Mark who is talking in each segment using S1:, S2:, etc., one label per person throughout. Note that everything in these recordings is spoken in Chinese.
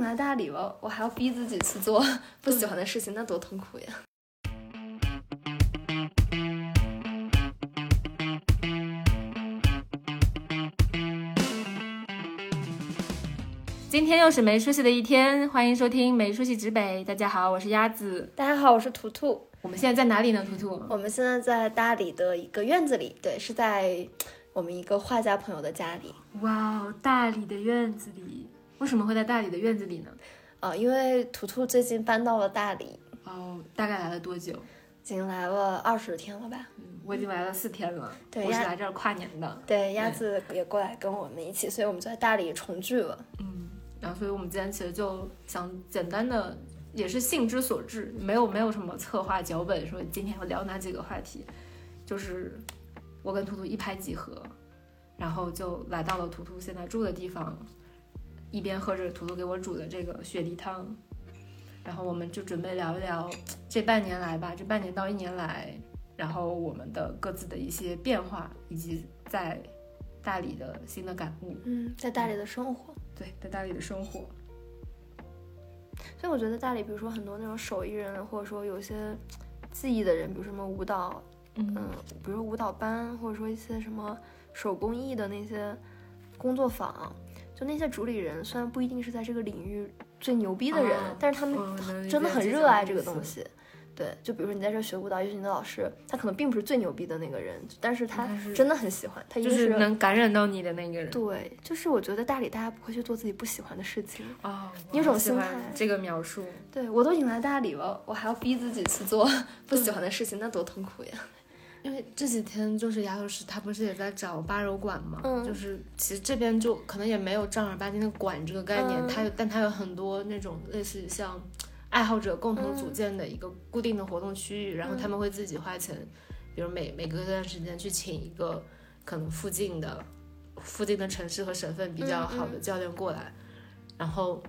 S1: 拿大礼包，我还要逼自己去做不喜欢的事情，那多痛苦呀！
S2: 今天又是没出息的一天，欢迎收听《没出息指北》。大家好，我是鸭子。
S1: 大家好，我是图图。
S2: 我们现在在哪里呢？图图，
S1: 我们现在在大理的一个院子里，对，是在我们一个画家朋友的家里。
S2: 哇哦，大理的院子里，为什么会在大理的院子里呢？
S1: 啊、因为图图最近搬到了大理，
S2: 哦，大概来了多久？
S1: 已经来了二十天了吧？
S2: 嗯我已经来了四天了。
S1: 对
S2: 我是
S1: 鸭
S2: 来这儿跨年的。
S1: 对，鸭子也过来跟我们一起，所以我们就在大理重聚了。
S2: 嗯，然后所以我们今天其实就想简单的，也是兴之所至，没有没有什么策划脚本，说今天要聊哪几个话题，就是我跟图图一拍即合，然后就来到了图图现在住的地方，一边喝着图图给我煮的这个雪梨汤，然后我们就准备聊一聊这半年来吧，这半年到一年来，然后我们的各自的一些变化，以及在大理的新的感悟，
S1: 嗯，在大理的生活，
S2: 对，在大理的生活。
S1: 所以我觉得大理，比如说很多那种手艺人，或者说有些技艺的人，比如什么舞蹈，
S2: 嗯
S1: 嗯，比如说舞蹈班，或者说一些什么手工艺的那些工作坊，就那些主理人，虽然不一定是在这个领域最牛逼的人，
S2: 啊
S1: 但是他们
S2: 我能
S1: 真的
S2: 理解
S1: 很
S2: 这
S1: 热
S2: 种
S1: 爱
S2: 意
S1: 这个
S2: 思
S1: 东西。对，就比如说你在这儿学舞蹈，也许你的老师他可能并不是最牛逼的那个人，但是他
S2: 但是
S1: 真的很喜欢，他一
S2: 就
S1: 个
S2: 是能感染到你的那个人。
S1: 对，就是我觉得大理大家不会去做自己不喜欢的事情。
S2: 哦，
S1: 有
S2: 我
S1: 种
S2: 好喜
S1: 心
S2: 欢
S1: 态
S2: 这个描述，
S1: 对我都已经来大理了，我还要逼自己去做 不喜欢的事情，那多痛苦呀！
S3: 因为这几天就是牙头师他不是也在找八柔馆嘛，
S1: 嗯
S3: 就是其实这边就可能也没有正儿八经的馆这个概念，
S1: 嗯
S3: 它有但它有很多那种类似于像爱好者共同
S1: 嗯
S3: 组建的一个固定的活动区域，然后他们会自己花钱，比如每每隔一段时间去请一个可能附近的附近的城市和省份比较好
S1: 嗯
S3: 的教练过来，然后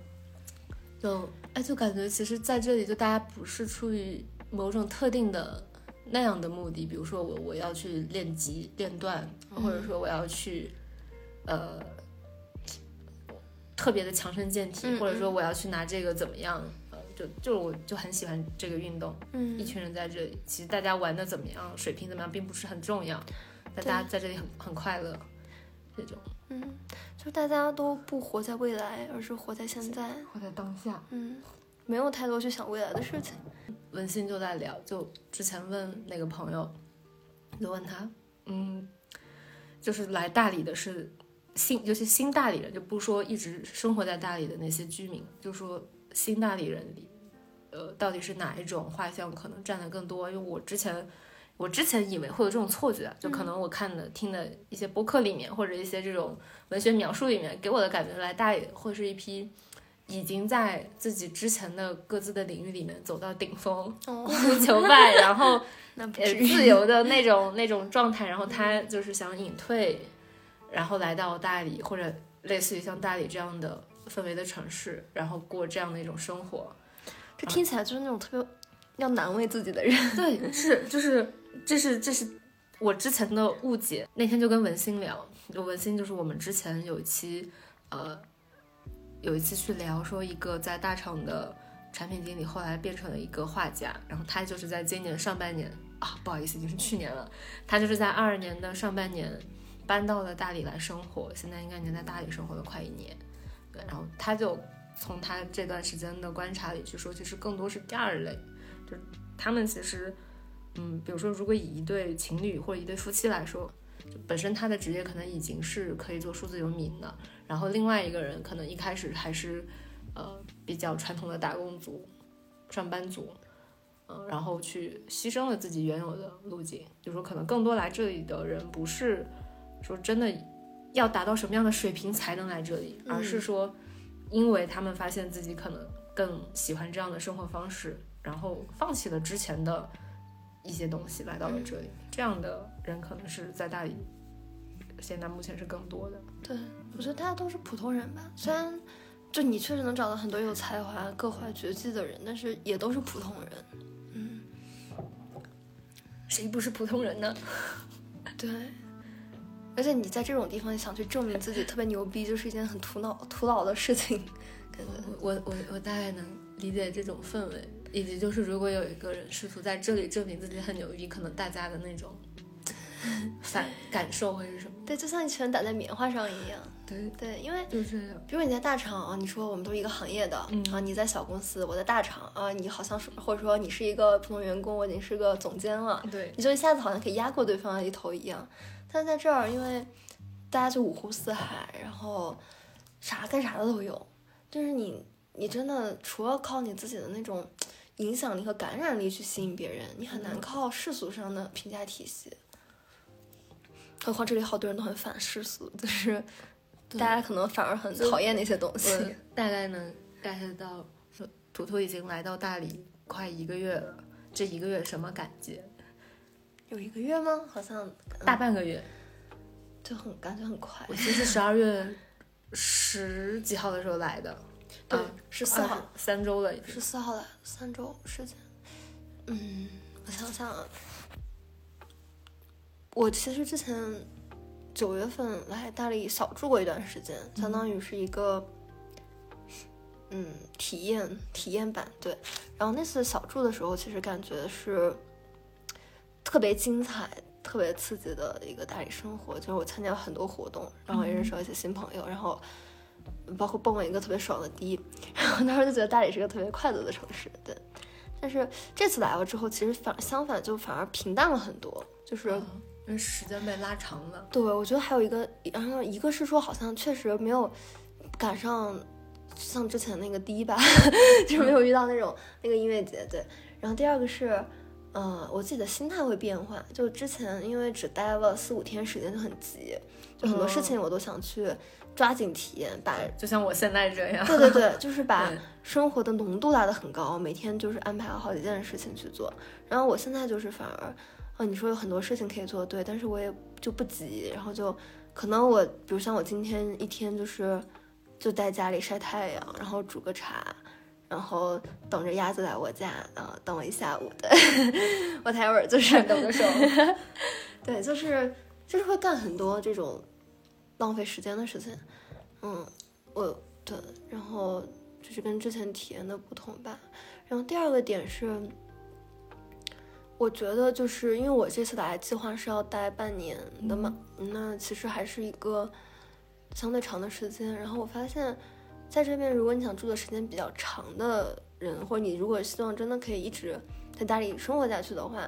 S3: 就哎就感觉其实在这里就大家不是出于某种特定的那样的目的，比如说我我要去练级练段，或
S1: 嗯
S3: 者说我要去呃特别的强身健体，
S1: 嗯
S3: 或者说我要去拿这个怎么样，呃就就我就很喜欢这个运动。
S1: 嗯
S3: 一群人在这里，其实大家玩的怎么样，水平怎么样，并不是很重要，但大家在这里很很快乐，这种。
S1: 嗯，就是大家都不活在未来，而是活在现在。
S2: 活在当下。
S1: 嗯，没有太多去想未来的事情。
S3: 文心就在聊，就之前问那个朋友，就问他，嗯，就是来大理的是新，尤其新大理人，就不说一直生活在大理的那些居民，就说新大理人里，呃，到底是哪一种画像可能占的更多？因为我之前。我之前以为会有这种错觉啊，就可能我看的、听的一些播客里面，或者一些这种文学描述里面，给我的感觉来大理会是一批已经在自己之前的各自的领域里面走到顶峰，
S1: 哦，
S3: 不 求败，然后
S1: 那不
S3: 呃
S1: 至于。
S3: 自由的那种那种状态，然后他就是想隐退，然后来到大理或者类似于像大理这样的氛围的城市，然后过这样的一种生活。
S1: 这听起来就是那种特别要难为自己的人。
S3: 对，是就是这是这是我之前的误解。那天就跟文心聊，就文心就是我们之前有一期呃有一期去聊说一个在大厂的产品经理后来变成了一个画家，然后他就是在今年上半年啊，不好意思，已经是去年了，他就是在二二年的上半年搬到了大理来生活，现在应该已经在大理生活了快一年，对，然后他就从他这段时间的观察里去说，其实更多是第二类，就是他们其实，嗯，比如说如果以一对情侣或者一对夫妻来说。就本身他的职业可能已经是可以做数字游民的，嗯然后另外一个人可能一开始还是呃比较传统的打工族、上班族，嗯、然后去牺牲了自己原有的路径。就说可能更多来这里的人不是说真的要达到什么样的水平才能来这里，
S1: 嗯
S3: 而是说因为他们发现自己可能更喜欢这样的生活方式，然后放弃了之前的一些东西来到了这里。这样的人可能是在大理现在目前是更多的。
S1: 对，我觉得大家都是普通人吧，虽然。就你确实能找到很多有才华、各怀绝技的人，但是也都是普通人。嗯，
S3: 谁不是普通人呢？
S1: 对。而且你在这种地方想去证明自己特别牛逼，就是一件很徒劳徒劳的事情，感 的。
S3: 我我我大概能理解这种氛围，以及就是如果有一个人试图在这里证明自己很牛逼，可能大家的那种 反感受会是什么？
S1: 对，就像你拳打在棉花上一样。
S3: 对，
S1: 对，因为
S3: 就这样。
S1: 比如你在大厂啊，你说我们都是一个行业的、
S3: 嗯
S1: 啊，你在小公司，我在大厂啊，你好像是或者说你是一个普通员工，我已经是个总监了，
S3: 对，
S1: 你就一下子好像可以压过对方一头一样。但在这儿，因为大家就五湖四海，然后啥干啥的都有，就是你你真的除了靠你自己的那种影响力和感染力去吸引别人，你很难靠世俗上的评价体系。何况这里好多人都很反世俗，就是
S3: 对
S1: 大家可能反而很
S3: 就
S1: 讨厌那些东西。
S3: 我大概能 get 到，说图图已经来到大理快一个月了，这一个月什么感觉？
S1: 有一个月吗？好像嗯
S3: 大半个 月，
S1: 就很感觉很快
S3: 我。其实十二月十几号的时候来的，
S1: 对啊
S3: 嗯，
S1: 十呃四号，
S3: 20三周了已经
S1: 十。四号来三周时间。嗯，我想想啊，我其实之前九月份来大理小住过一段时间，相当于是一个嗯体验体验版对。然后那次小住的时候，其实感觉是特别精彩。特别刺激的一个大理生活，就是我参加了很多活动，然后也认识了一些新朋友，然后包括蹦了一个特别爽的迪， 然后当时就觉得大理是个特别快乐的城市，对。但是这次来了之后，其实反相反就反而平淡了很多，就是、
S3: 嗯因为时间被拉长了，
S1: 对我觉得还有一个，然后一个是说好像确实没有赶上像之前那个第一吧， 就是没有遇到那种那个音乐节，对。然后第二个是，呃，我自己的心态会变化，就之前因为只待了四五天时间就很急，就很多事情我都想去抓紧体验，把
S3: 就像我现在这样。
S1: 对对啊对，就是把
S3: 对
S1: 生活的浓度拉得很高，每天就是安排了好几件事情去做。然后我现在就是反而，啊，你说有很多事情可以做，对，但是我也就不急，然后就可能我，比如像我今天一天就是就在家里晒太阳，然后煮个茶，然后等着鸭子来我家，啊，等了一下午， 对，whatever，就是
S3: 抖着手，
S1: 对，就是就是会干很多这种浪费时间的事情。嗯，我对，然后就是跟之前体验的不同吧。然后第二个点是，我觉得就是因为我这次来计划是要待半年的嘛，那其实还是一个相对长的时间。然后我发现，在这边如果你想住的时间比较长的人，或者你如果希望真的可以一直在大理生活下去的话，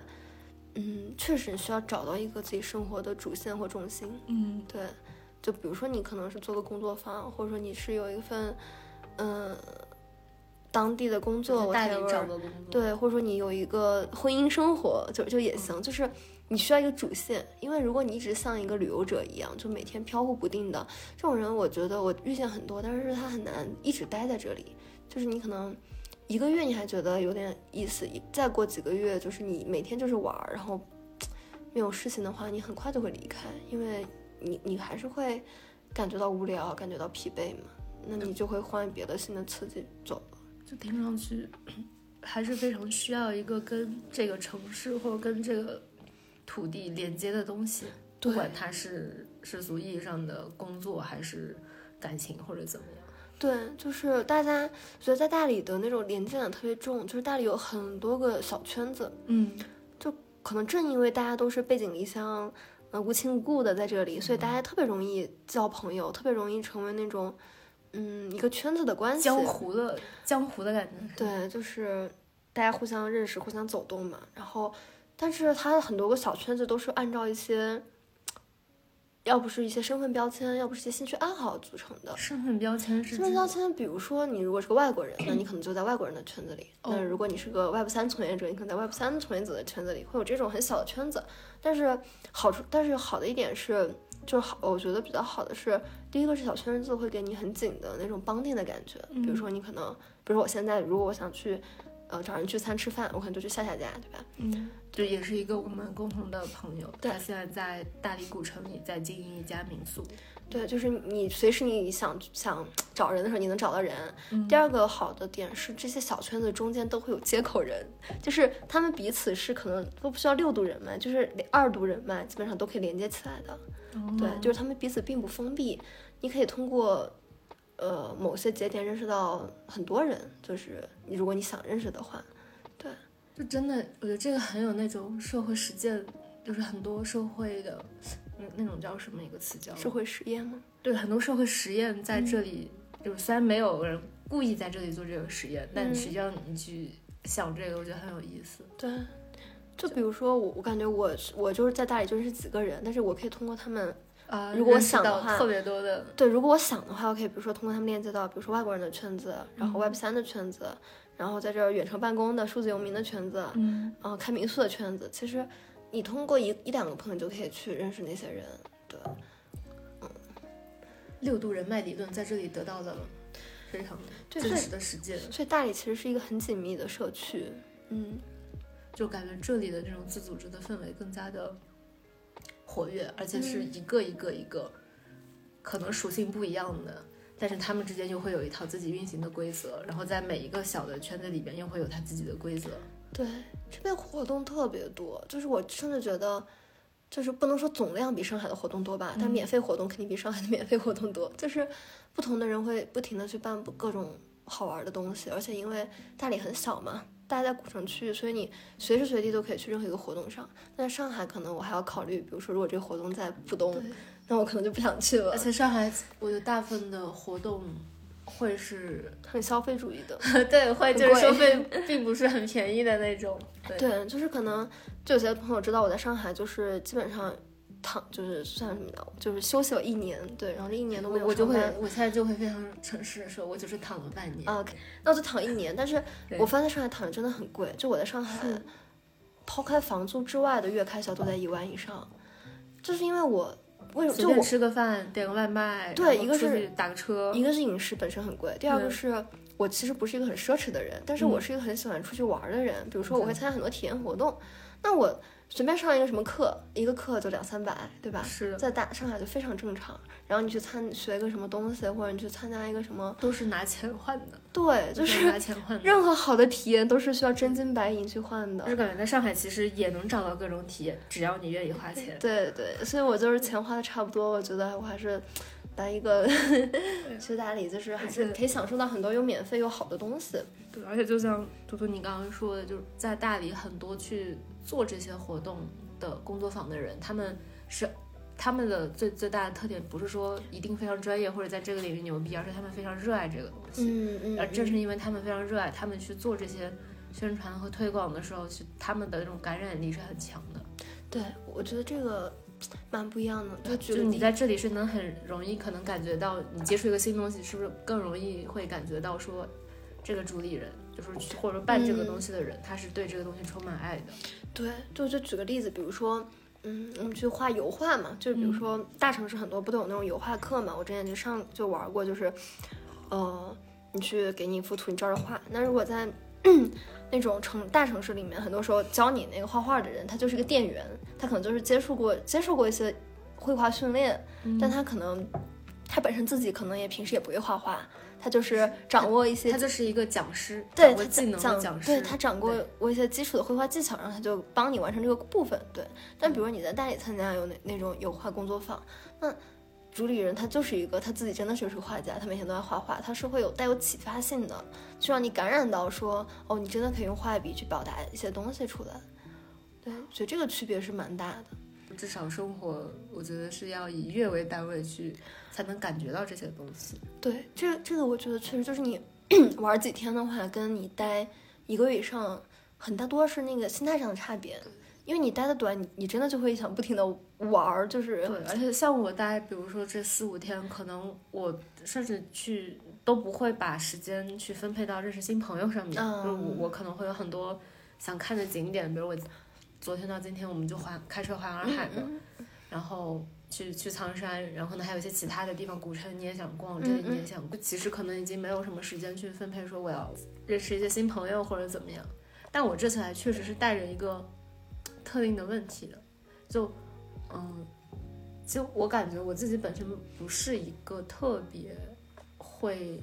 S1: 嗯，确实需要找到一个自己生活的主线或重心。
S3: 嗯，
S1: 对，就比如说你可能是做个工作坊，或者说你是有一份，嗯、当地的工作，
S3: 大理
S1: whatever
S3: 找个工作，，嗯
S1: 对，或者说你有一个婚姻生活，就就也行，就是你需要一个主线，因为如果你一直像一个旅游者一样，就每天飘忽不定的这种人，我觉得我遇见很多，但是他很难一直待在这里，就是你可能。一个月你还觉得有点意思，一再过几个月就是你每天就是玩儿，然后没有事情的话，你很快就会离开，因为你你还是会感觉到无聊，感觉到疲惫嘛，那你就会换别的新的刺激走了。
S3: 就听上去 还是非常需要一个跟这个城市或者跟这个土地连接的东西，不
S1: 对
S3: 管它是世俗意义上的工作还是感情或者怎么样。
S1: 对，就是大家觉得在大理的那种连接感特别重，就是大理有很多个小圈子，
S3: 嗯，
S1: 可能正因为大家都是背井离乡，呃，无亲无故的在这里，所以大家特别容易交朋友，特别容易成为那种，嗯，一个圈子的关系。
S3: 江湖的江湖的感觉。
S1: 对，就是大家互相认识、互相走动嘛。然后，但是它很多个小圈子都是按照一些，要不是一些身份标签，要不是一些兴趣爱好组成的。
S3: 身份标签是
S1: 身份
S3: 指
S1: 标签，比如说你如果是个外国人，那你可能就在外国人的圈子里；那如果你是个 Web 三从业者，你可能在 Web 三从业者的圈子里，会有这种很小的圈子。但是好处，但是好的一点是，就是好，我觉得比较好的是，第一个是小圈子会给你很紧的那种帮定的感觉。比如说你可能，比如说我现在如果我想去，呃，找人聚餐吃饭，我可能就去夏夏家，对吧？
S3: 嗯，就也是一个我们共同的朋友，
S1: 对
S3: 他现在在大理古城里在经营一家民宿。
S1: 对，就是你随时你想想找人的时候，你能找到人。第二个好的点是，这些小圈子中间都会有接口人，就是他们彼此是可能都不需要六度人脉，就是连二度人脉基本上都嗯可以连接起来的。对，就是他们彼此并不封闭，你可以通过，呃某些节点认识到很多人，就是如果你想认识的话，
S3: 就真的，我觉得这个很有那种社会实践，就是很多社会的那那种叫什么一个词叫
S1: 社嗯会实验吗？
S3: 对，很多社会实验在这里，就是虽然没有人故意在这里做这个实验，但
S1: 嗯
S3: 实际上你去想这个，我觉得很有意思。
S1: 对，就比如说我，我感觉我是我就是在大理就认识几个人，但是我可以通过他们，
S3: 啊、
S1: 如果
S3: 认识
S1: 想的
S3: 到
S1: 话
S3: 特别多的，
S1: 对，如果我想的话，我可以比如说通过他们链接到，比如说外国人的圈子，然后
S3: 嗯
S1: Web 三的圈子，然后在这儿远程办公的数字游民的圈子，
S3: 嗯，
S1: 然后开民宿的圈子，其实你通过一一两个朋友就可以去认识那些人，对。
S3: 六度人脉理论在这里得到了非常
S1: 对，所
S3: 真
S1: 以
S3: 实的实践，
S1: 所以大理其实是一个很紧密的社区，嗯，
S3: 就感觉这里的这种自组织的氛围更加的活跃，而且是
S1: 嗯
S3: 一个一个一个，可能属性不一样的，但是他们之间又会有一套自己运行的规则，然后在每一个小的圈子里边又会有他自己的规则。
S1: 对，这边活动特别多，就是我甚至觉得，就是不能说总量比上海的活动多吧，但
S3: 嗯
S1: 免费活动肯定比上海的 免费活动多，就是不同的人会不停的去办各种好玩的东西，而且因为大理很小嘛。大家在古城区，所以你随时随地都可以去任何一个活动上。但上海可能我还要考虑，比如说如果这个活动在浦东，那我可能就不想去了
S3: 而。且上海，我觉得大部分的活动会是，
S1: 很消费主义 的，
S3: 对，会
S1: 就是收
S3: 费 并不是很便宜的那种。对
S1: 对，就是可能就有些朋友知道我在上海，就是基本上躺就是算什么的，就是休息了一年，对，然后这一年都
S3: 我
S1: 没有
S3: 我就
S1: 上
S3: 会
S1: 班，
S3: 我现在就会非常诚实的说，我只是躺了半年。
S1: 啊、那我就躺一年。但是
S3: 对
S1: 我发现上海躺着真的很贵，就我在上海，抛开房租之外的月开销都在一万以上，就是因为我为什么
S3: 随
S1: 就
S3: 便
S1: 我
S3: 吃个饭，点个外卖，
S1: 对
S3: 然后
S1: 一个
S3: 出
S1: 是
S3: 去打个车，
S1: 一个是饮食本身很贵，第二个
S3: 嗯
S1: 是我其实不是一个很奢侈的人，但是我
S3: 嗯
S1: 是一个很喜欢出去玩儿的人。比如说，我会
S3: 嗯
S1: 参加很多体验活动，那我随便上一个什么课，一个课就两三百，对吧？
S3: 是的
S1: 在大上海就非常正常。然后你去参学一个什么东西，或者你去参加一个什么，
S3: 都是拿钱换 的，
S1: 对，就
S3: 都
S1: 是
S3: 拿钱换 的。
S1: 任何好的体验都是需要真金白银去换的
S3: 就是。感觉在上海其实也能找到各种体验，只要你愿意花 钱。
S1: 对对，所以我就是钱花的差不多，我觉得我还是来一个 去大理，就是还是
S3: 而且
S1: 可以享受到很多又免费又好的东西。
S3: 对，而且就像图图你刚刚说的，就是在大理很多去做这些活动的工作坊的人，他们是他们的最最大的特点不是说一定非常专业或者在这个领域牛逼，而是他们非常热爱这个东西。
S1: 嗯嗯，
S3: 而正
S1: 嗯
S3: 是因为他们非常热爱，他们去做这些宣传和推广的时候，去他们的那种感染力是很强的。
S1: 对，我觉得这个蛮不一样的。就举
S3: 就
S1: 个
S3: 是你
S1: 例，
S3: 在这里是能很容易可能感觉到，你接触一个新东西，是不是更容易会感觉到说，这个主理人就是去或者说办这个
S1: 嗯
S3: 东西的人，他是对这个东西充满爱的。
S1: 对，就就举个例子，比如说，嗯，我们去画油画嘛，就是比如
S3: 嗯
S1: 说大城市很多不都有那种油画课嘛，我之前就上就玩过，就是，呃，你去给你一幅图，你照着画。那如果在 那种城大城市里面，很多时候教你那个画画的人，他就是个店员，他可能就是接触过接受过一些绘画训练，
S3: 嗯
S1: 但他可能他本身自己可能也平时也不会画画，他就是掌握一些
S3: 他就是一个讲师，
S1: 对
S3: 掌握
S1: 他
S3: 技能的
S1: 讲
S3: 讲师，
S1: 对他掌握
S3: 对
S1: 我一些基础的绘画技巧，然后他就帮你完成这个部分。对，但比如你在大理参加有那那种油画工作坊，那主理人他就是一个他自己真的就是个画家，他每天都在画画，他是会有带有启发性的，去让你感染到说，哦，你真的可以用画笔去表达一些东西出来。对，所以这个区别是蛮大的。
S3: 至少生活，我觉得是要以月为单位去，才能感觉到这些东西。
S1: 对，这个这个我觉得确实就是你 玩几天的话，跟你待一个月以上，很大多是那个心态上的差别。因为你待的短，你你真的就会想不停的玩儿，就是
S3: 对，而且像我待，比如说这四五天，可能我甚至去都不会把时间去分配到认识新朋友上面。
S1: 嗯
S3: 就是我我可能会有很多想看的景点，比如我昨天到今天我们就环开车环洱海嘛，然后去去苍山，然后可能还有一些其他的地方，古城你也想逛，这里你也想逛，其实可能已经没有什么时间去分配说我要认识一些新朋友或者怎么样。但我这次来确实是带着一个特定的问题的，就嗯，其实我感觉我自己本身不是一个特别会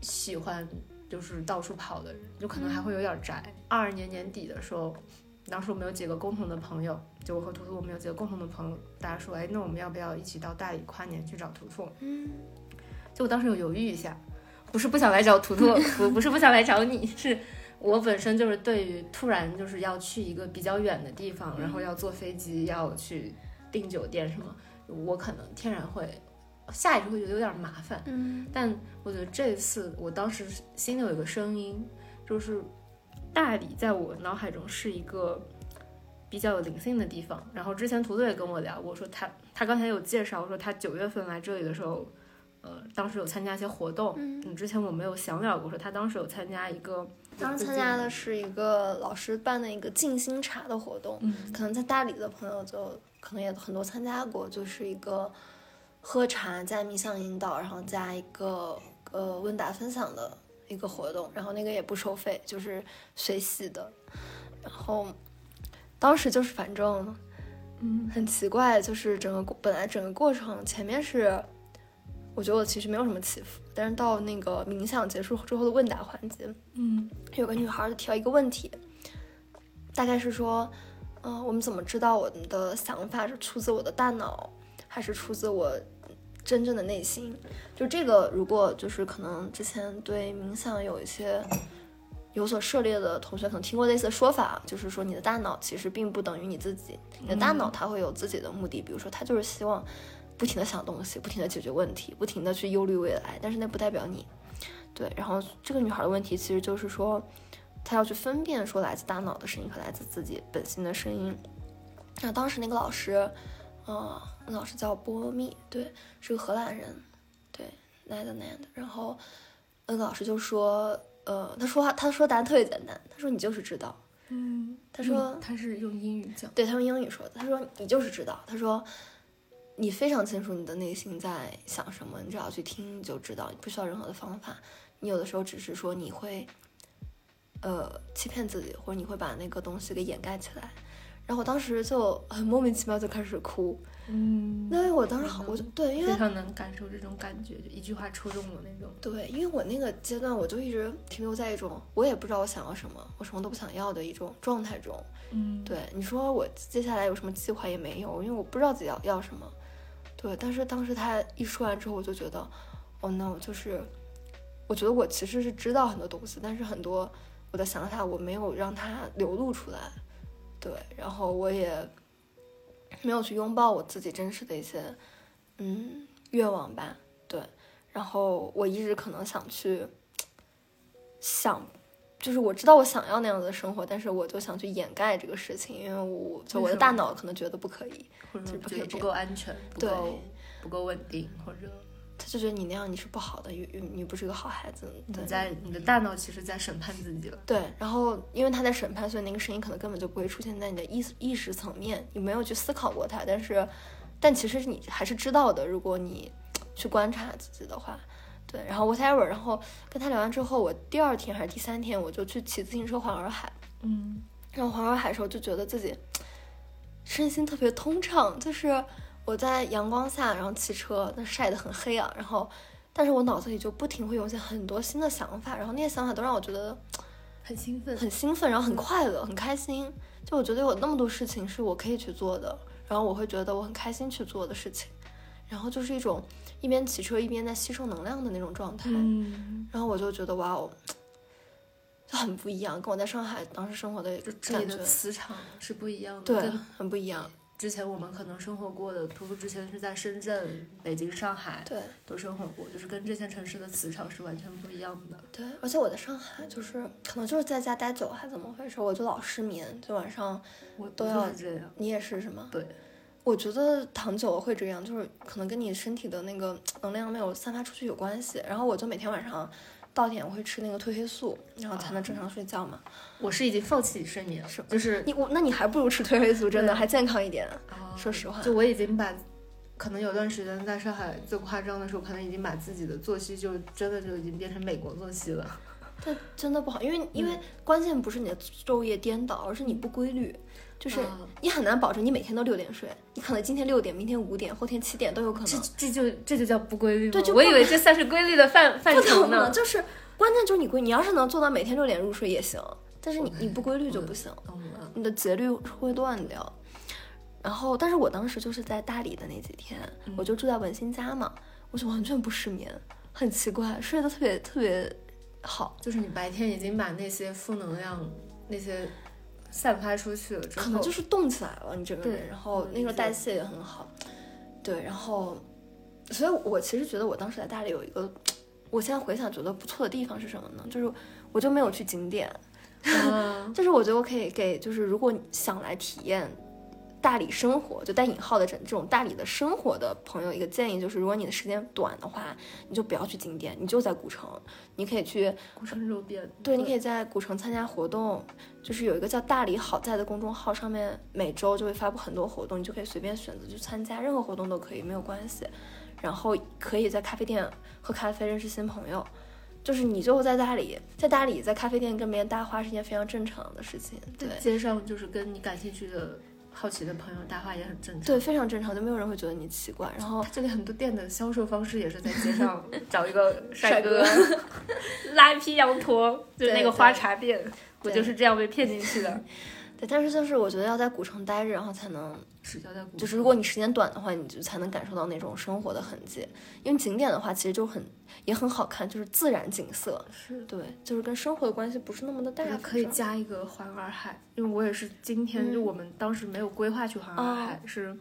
S3: 喜欢就是到处跑的人，就可能还会有点宅。二二、年年底的时候，当时我们有几个共同的朋友，就我和图图，我们有几个共同的朋友，大家说，哎，那我们要不要一起到大理跨年去找图图？
S1: 嗯
S3: 就我当时有犹豫一下，不是不想来找图图，不不是不想来找你， 是我本身就是对于突然就是要去一个比较远的地方，然后要坐飞机，要去订酒店什么，我可能天然会下意识会觉得有点麻烦。
S1: 嗯
S3: 但我觉得这次，我当时心里有一个声音，就是大理在我脑海中是一个比较有灵性的地方。然后之前图图也跟我聊过，说他他刚才有介绍说他九月份来这里的时候，呃，当时有参加一些活动。
S1: 嗯，
S3: 嗯，之前我没有详聊过，说他当时有参加一个，
S1: 当时参加的是一个老师办的一个静心茶的活动，
S3: 嗯
S1: 可能在大理的朋友就可能也很多参加过，就是一个喝茶加冥想引导，然后加一个呃问答分享的一个活动，然后那个也不收费，就是随喜的。然后当时就是反正
S2: 嗯，
S1: 很奇怪，就是整个过本来整个过程前面是。我觉得我其实没有什么起伏，但是到那个冥想结束之后的问答环节，
S2: 嗯
S1: 有个女孩儿提到一个问题，大概是说，嗯、我们怎么知道我们的想法是出自我的大脑，还是出自我真正的内心？就这个，如果就是可能之前对冥想有一些有所涉猎的同学，可能听过类似的说法，就是说你的大脑其实并不等于你自己，你的大脑它会有自己的目的，比如说它就是希望不停的想东西，不停的解决问题，不停的去忧虑未来，但是那不代表你。对，然后这个女孩的问题其实就是说，她要去分辨说来自大脑的声音和来自自己本心的声音。那当时那个老师，呃，那老师叫波密，对，是个荷兰人，对，Netherland。然后那个老师就说，呃，他说话他说答案特别简单，他说你就是知道，
S2: 嗯，
S1: 他说、
S3: 他是用英语讲，
S1: 对他用英语说的，他说你就是知道，他说你非常清楚你的内心在想什么，你只要去听你就知道，你不需要任何的方法。你有的时候只是说你会，呃，欺骗自己，或者你会把那个东西给掩盖起来。然后我当时就很莫名其妙就开始哭，
S2: 嗯
S1: 因为我当时好，我就对，因为
S3: 嗯非常能感受这种感觉，就一句话戳中我那种。
S1: 对，因为我那个阶段，我就一直停留在一种我也不知道我想要什么，我什么都不想要的一种状态中。
S2: 嗯，
S1: 对，你说我接下来有什么计划也没有，因为我不知道自己要要什么。对，但是当时他一说完之后，我就觉得，哦，那我就是，我觉得我其实是知道很多东西，但是很多我的想法我没有让它流露出来。对，然后我也没有去拥抱我自己真实的一些，嗯，愿望吧。对，然后我一直可能想去想就是我知道我想要那样子的生活，但是我就想去掩盖这个事情，因为我就
S3: 为
S1: 我的
S3: 什
S1: 大
S3: 么
S1: 脑可能觉得不可以，
S3: 或者
S1: 就
S3: 说
S1: 是不可
S3: 觉
S1: 以
S3: 得
S1: 这
S3: 不
S1: 样
S3: 够安全，不
S1: 对
S3: 够不够稳定，或者
S1: 他就觉得你那样你是不好的，你你你不是个好孩子，
S3: 你
S1: 对
S3: 在你的大脑其实在审判自己了。
S1: 对。然后因为他在审判，所以那个声音可能根本就不会出现在你的意识意识层面，你没有去思考过它，但是但其实你还是知道的，如果你去观察自己的话。对，然后 whatever，然后跟他聊完之后，我第二天还是第三天，我就去骑自行车环洱海，
S2: 嗯
S1: 然后环洱海的时候就觉得自己身心特别通畅，就是我在阳光下，然后骑车，那晒得很黑啊，然后但是我脑子里就不停会涌现很多新的想法，然后那些想法都让我觉得
S3: 很兴奋，
S1: 很兴奋，然后很快乐，很开心。就我觉得有那么多事情是我可以去做的，然后我会觉得我很开心去做的事情，然后就是一种一边骑车一边在吸收能量的那种状态。
S2: 嗯，
S1: 然后我就觉得哇哦，就很不一样，跟我在上海当时生活的
S3: 就这里
S1: 感
S3: 的
S1: 觉
S3: 磁场是不一样的，
S1: 对
S3: 跟
S1: 很不一样。
S3: 之前我们可能生活过的，图图之前是在深圳、北京、上海
S1: 对
S3: 都生活过，就是跟这些城市的磁场是完全不一样的。
S1: 对，而且我在上海就是可能就是在家待久了还怎么回事，我就老失眠，就晚上
S3: 我
S1: 都
S3: 我
S1: 要
S3: 就是这样，
S1: 嗯你也是是吗？
S3: 对，
S1: 我觉得躺久了会这样，就是可能跟你身体的那个能量没有散发出去有关系。然后我就每天晚上到点我会吃那个褪黑素，然后才能正常睡觉嘛。
S3: 我是已经放弃睡眠了，
S1: 是
S3: 哦就是
S1: 你我那你还不如吃褪黑素，真的还健康一点。
S3: 啊
S1: 说实话
S3: 就我已经把。可能有段时间在上海最夸张的时候，可能已经把自己的作息就真的就已经变成美国作息了。
S1: 但真的不好，因为因为
S3: 嗯
S1: 关键不是你的昼夜颠倒，而是你不规律，就是
S3: 啊
S1: 你很难保证你每天都六点睡，你可能今天六点，明天五点，后天七点都有可
S3: 这
S1: 能。
S3: 这就这就叫不规律吗？
S1: 对就不
S3: 我以为这算是规律的范范
S1: 不
S3: 畴
S1: 能
S3: 呢
S1: 呢，。就是关键就是你规，你要是能做到每天六点入睡也行，但是你你不规律就不行。
S3: 懂了，
S1: 你的节律会断掉。然后，但是
S3: 嗯
S1: 我当时就是在大理的那几天，我就住在文心家嘛，我就完全不失眠，很奇怪，睡得特别特别好，
S3: 就是你白天已经把那些负能量那些散发出去了之后，
S1: 可能就是动起来了，你整个人，
S3: 对
S1: 然后那时候代谢也很好，对，然后，所以我其实觉得我当时在大理有一个，我现在回想觉得不错的地方是什么呢？就是我就没有去景点，
S3: 嗯
S1: 就是我觉得我可以给，就是如果想来体验大理生活，就带引号的这这种大理的生活的朋友一个建议，就是如果你的时间短的话，你就不要去景点，你就在古城，你可以去，
S3: 古城周边，
S1: 对，你可以在古城参加活动，就是有一个叫“大理好在”的公众号，上面每周就会发布很多活动，你就可以随便选择去参加，任何活动都可以，没有关系。然后可以在咖啡店喝咖啡，认识新朋友。就是你就在大理，在大理在咖啡店跟别人搭话是一件非常正常的事情，对。
S3: 街上就是跟你感兴趣的、好奇的朋友搭话也很正常。
S1: 对，非常正常，就没有人会觉得你奇怪。然后
S3: 它这里很多店的销售方式也是在街上 找一个
S2: 帅
S3: 哥
S2: 拉一批羊驼，就是那
S1: 对
S2: 个花茶店，我
S1: 对
S2: 就是这样被骗进去的。
S1: 对，但是就是我觉得要在古城待着，然后才能，
S3: 只交代古
S1: 就是
S3: 城
S1: 如果你时间短的话，你就才能感受到那种生活的痕迹。因为景点的话，其实就很也很好看，就是自然景色，
S3: 是
S1: 对，就是跟生活的关系不是那么的大
S3: 大。家可以
S1: 反正
S3: 加一个环洱海，因为我也是今天、
S1: 嗯哦
S3: 就我们当时没有规划去环洱海，是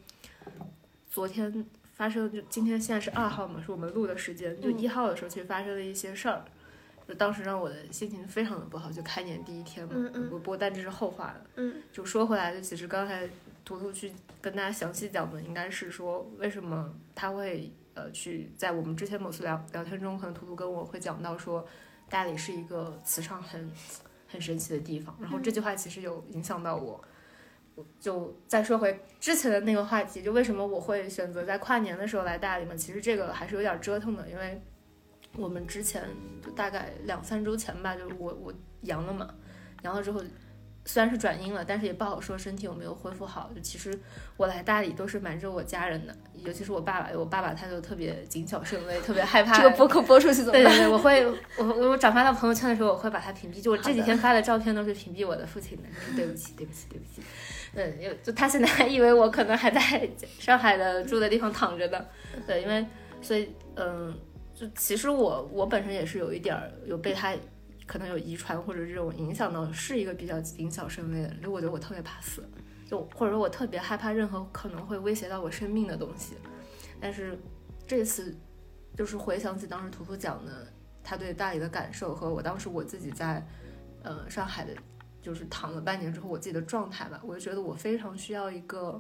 S3: 昨天发生，就今天现在是二号嘛，是我们录的时间，就
S1: 嗯
S3: 一号的时候其实发生了一些事儿，就当时让我的心情非常的不好，就开年第一天嘛，
S1: 嗯嗯
S3: 不过但这是后话了。
S1: 嗯
S3: 就说回来，就其实刚才图图去跟大家详细讲的，应该是说为什么他会呃去在我们之前某次聊聊天中，可能图图跟我会讲到说，大理是一个磁场很很神奇的地方。然后这句话其实有影响到我。我就再说回之前的那个话题，就为什么我会选择在跨年的时候来大理嘛？其实这个还是有点折腾的，因为我们之前就大概两三周前吧，就是我我阳了嘛，阳了之后虽然是转阴了，但是也不好说身体有没有恢复好。就其实我来大理都是瞒着我家人的，尤其是我爸爸，我爸爸他就特别谨小慎微，特别害怕
S1: 这个播客播出去怎么
S3: 对
S1: 办？
S3: 对对，我会我我我转发到朋友圈的时候，我会把它屏蔽。就我这
S1: 好
S3: 几
S1: 的
S3: 天发的照片都是屏蔽我的父亲的， 就是对不起，对不起，对不起。嗯，有就他现在还以为我可能还在上海的住的地方躺着呢。对，因为所以嗯，就其实我我本身也是有一点儿有被他可能有遗传或者这种影响到，是一个比较谨小慎微的人。就我觉得我特别怕死，就或者说我特别害怕任何可能会威胁到我生命的东西。但是这次就是回想起当时图图讲的他对大理的感受和我当时我自己在呃上海的，就是躺了半年之后我自己的状态吧，我就觉得我非常需要一个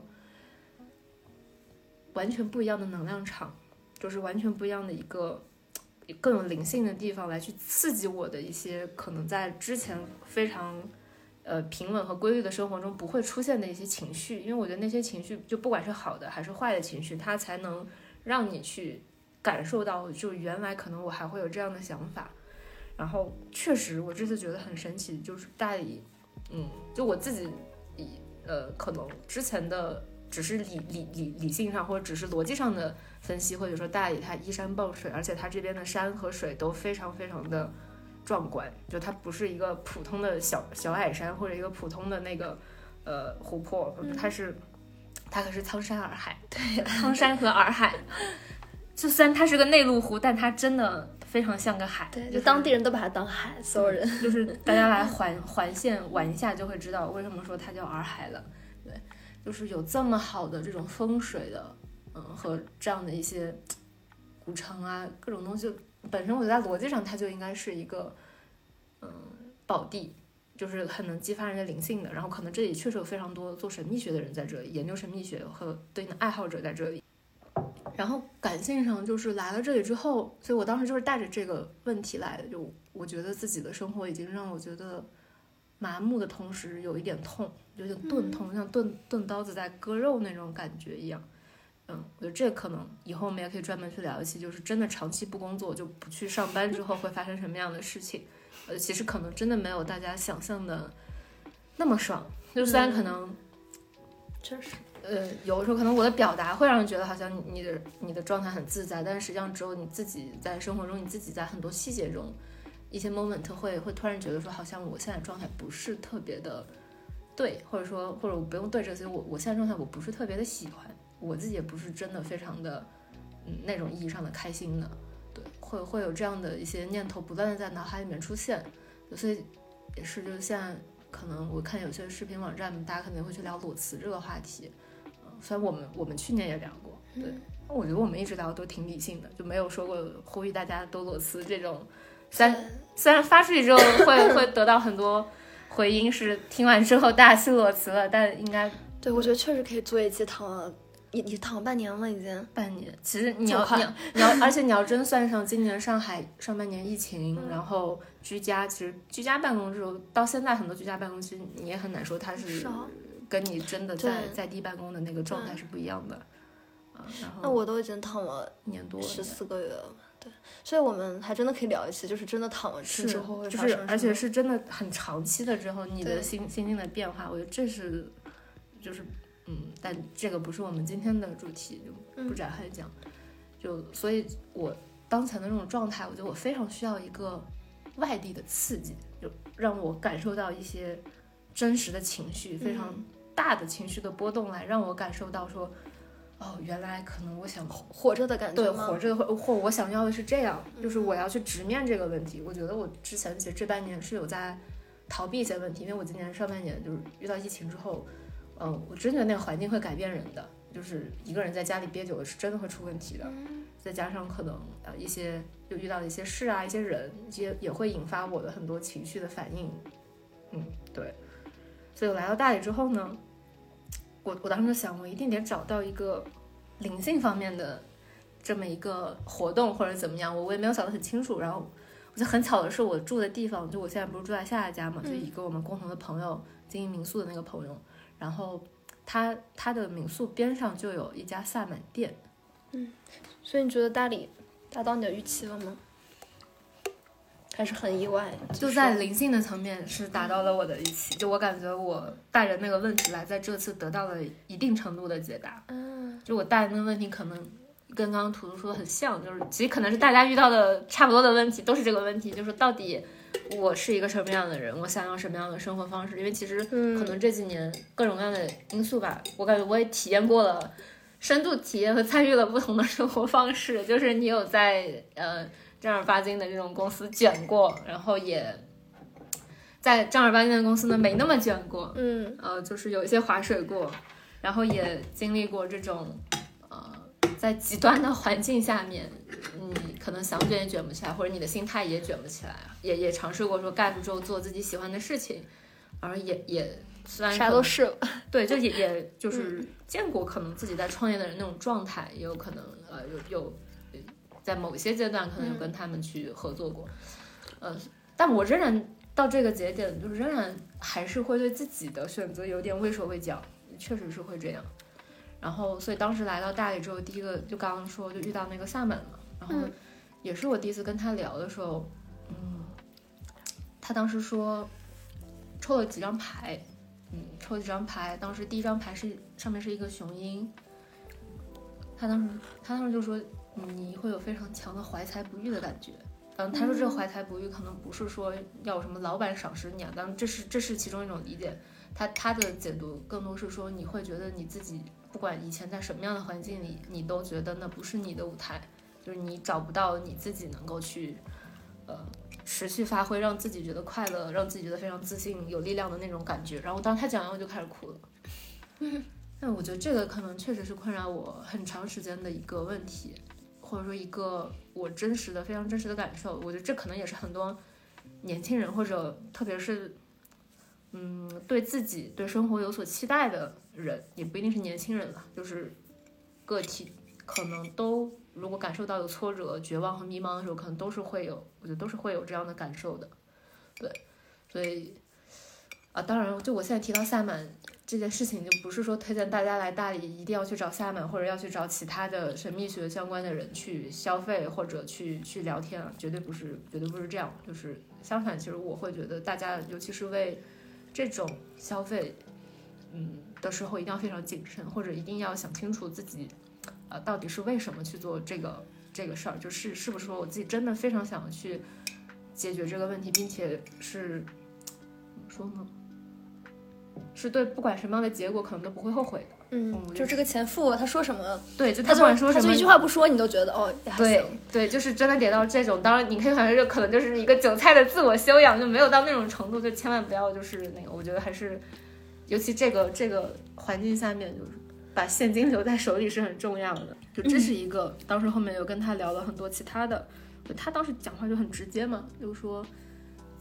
S3: 完全不一样的能量场，就是完全不一样的一个。更有灵性的地方来去刺激我的一些可能在之前非常呃平稳和规律的生活中不会出现的一些情绪，因为我觉得那些情绪就不管是好的还是坏的情绪，它才能让你去感受到，就原来可能我还会有这样的想法。然后确实，我这次觉得很神奇，就是大理，嗯，就我自己以呃可能之前的只是理理理理性上或者只是逻辑上的分析，或者说大理它依山傍水，而且它这边的山和水都非常非常的壮观，就它不是一个普通的小小矮山或者一个普通的那个呃湖泊，它是它可是苍山洱海，对， 苍山和洱海。 就虽然它是个内陆湖，但它真的非常像个海，
S1: 对，
S3: 就
S1: 就是嗯当地人都把它当海，所有人。
S3: 嗯就是大家来环 环线玩一下就会知道为什么说它叫洱海了。对，就是有这么好的这种风水的，嗯，和这样的一些古城啊，各种东西，本身我觉得在逻辑上它就应该是一个，嗯，宝地。就是很能激发人的灵性的，然后可能这里确实有非常多做神秘学的人在这里，研究神秘学和对应的爱好者在这里。然后感性上就是来了这里之后，所以我当时就是带着这个问题来的，就我觉得自己的生活已经让我觉得麻木的同时有一点痛，有点钝痛，像钝钝刀子在割肉那种感觉一样。嗯，我觉得这可能以后我们也可以专门去聊一期，就是真的长期不工作就不去上班之后会发生什么样的事情。呃，其实可能真的没有大家想象的那么爽，就虽然可能
S1: 嗯确实，
S3: 呃，有的时候可能我的表达会让人觉得好像你你的你的状态很自在，但是实际上只有你自己在生活中，你自己在很多细节中，一些 moment 会会突然觉得说，好像我现在状态不是特别的对，或者说或者我不用对这个，所以我我现在状态我不是特别的喜欢，我自己也不是真的非常的嗯那种意义上的开心的，对，会会有这样的一些念头不断的在脑海里面出现，所以也是就是现在可能我看有些视频网站，大家肯定会去聊裸辞这个话题，嗯虽然我们我们去年也聊过，对，我觉得我们一直聊的都挺理性的，就没有说过呼吁大家都裸辞这种，虽然 虽然发出去之后 会会得到很多回音，是听完之后大家去裸辞了，但应该
S1: 对，我觉得确实可以做一期躺了，你你躺半年了已经。
S3: 半年，其实你
S1: 这
S3: 要
S1: 么快
S3: 你要你要，而且你要真算上今年上海上半年疫情，
S1: 嗯
S3: 然后居家，其实居家办公这种到现在很多居家办公，其实你也很难说它是
S1: 是啊
S3: 跟你真的在
S1: 对
S3: 在地办公的那个状态
S1: 对
S3: 是不一样的。啊，然
S1: 那
S3: 后
S1: 我都已经躺了
S3: 一年多了
S1: 十四个月了，对，所以我们还真的可以聊一期，就是真的躺了
S3: 是
S1: 之后会
S3: 就
S1: 发生
S3: 是
S1: 什么，
S3: 而且是真的很长期的之后，你的
S1: 对
S3: 心心境的变化，我觉得这是就是嗯，但这个不是我们今天的主题，就不
S1: 嗯
S3: 展开讲。就所以，我当前的这种状态，我觉得我非常需要一个外地的刺激，就让我感受到一些真实的情绪，非常
S1: 嗯
S3: 大的情绪的波动，来让我感受到说，哦，原来可能我想
S1: 活着的感
S3: 对
S1: 觉吗？嗯
S3: 活着或或我想要的是这样，就是我要去直面这个问题。我觉得我之前其实这半年是有在逃避一些问题，因为我今年上半年就是遇到疫情之后，嗯，我真觉得那个环境会改变人的，就是一个人在家里憋久了是真的会出问题的。
S1: 嗯
S3: 再加上可能呃一些又遇到的一些事啊，一些人，一些也会引发我的很多情绪的反应。嗯，对。所以我来到大理之后呢，我我当时就想，我一定得找到一个灵性方面的这么一个活动或者怎么样，我我也没有想得很清楚。然后我就很巧的是，我住的地方就我现在不是住在夏夏家嘛，就一个我们共同的朋友经营民宿的那个朋友，然后他他的民宿边上就有一家萨满店，
S1: 所以你觉得大理达到你的预期了吗？还是很意外，
S3: 就是在灵性的层面是达到了我的预期，就我感觉我带着那个问题来，在这次得到了一定程度的解答。
S1: 嗯，
S3: 就我带的那个问题可能跟刚刚图图说的很像，就是其实可能是大家遇到的差不多的问题，都是这个问题，就是到底我是一个什么样的人，我想要什么样的生活方式。因为其实
S1: 嗯
S3: 可能这几年各种各样的因素吧，我感觉我也体验过了，深度体验和参与了不同的生活方式。就是你有在呃正儿八经的这种公司卷过，然后也在正儿八经的公司呢没那么卷过，
S1: 嗯，
S3: 呃，就是有一些划水过，然后也经历过这种，呃，在极端的环境下面，你可能想卷也卷不起来，或者你的心态也卷不起来，啊也也尝试过说干了之后做自己喜欢的事情，而也也虽
S2: 嗯
S3: 然
S1: 啥
S3: 可
S1: 都
S3: 能
S1: 是嗯了，
S3: 对，就也也就是见过可能自己在创业的人那种状态，也有可能呃有有呃在某些阶段可能有跟他们去合作过，呃，但我仍然到这个节点，就仍然还是会对自己的选择有点畏手畏脚，确实是会这样。然后，所以当时来到大理之后，第一个就刚刚说就遇到那个萨满了，然后
S1: 嗯
S3: 也是我第一次跟他聊的时候，嗯，他当时说抽了几张牌，嗯，抽几张牌，当时第一张牌是上面是一个雄鹰，他当时他当时就说嗯你会有非常强的怀才不遇的感觉。嗯，他说这个怀才不遇可能不是说要有什么老板赏识你啊，当然这是这是其中一种理解。他他的解读更多是说你会觉得你自己不管以前在什么样的环境里，你都觉得那不是你的舞台，就是你找不到你自己能够去呃持续发挥，让自己觉得快乐，让自己觉得非常自信、有力量的那种感觉。然后当时他讲完，我就开始哭了。但我觉得这个可能确实是困扰我很长时间的一个问题，或者说一个我真实的、非常真实的感受。我觉得这可能也是很多年轻人，或者特别是嗯对自己、对生活有所期待的人，也不一定是年轻人了，就是个体可能都如果感受到有挫折、绝望和迷茫的时候，可能都是会有，我觉得都是会有这样的感受的。对，所以啊，当然，就我现在提到萨满这件事情，就不是说推荐大家来大理一定要去找萨满，或者要去找其他的神秘学相关的人去消费或者去去聊天啊，绝对不是，绝对不是这样。就是相反，其实我会觉得大家，尤其是为这种消费，嗯的时候，一定要非常谨慎，或者一定要想清楚自己，呃，到底是为什么去做这个这个事儿，就是是不是说我自己真的非常想去解决这个问题，并且是怎么说呢？是对不管什么样的结果可能都不会后悔的。
S1: 嗯，
S3: 嗯
S2: 就这个前夫他说什么，
S3: 对，就
S2: 他
S3: 他不
S2: 就
S3: 管说
S2: 他
S3: 什
S2: 就
S3: 么
S2: 一句。话不说，你都觉得哦，也还
S3: 对
S2: 行
S3: 对，就是真的点到这种，当然你可以想象，这可能就是一个韭菜的自我修养，就没有到那种程度，就千万不要就是那个，我觉得还是，尤其这个这个环境下面，就是把现金留在手里是很重要的。就这
S2: 嗯
S3: 是一个，当时后面又跟他聊了很多其他的，就他当时讲话就很直接嘛，就说，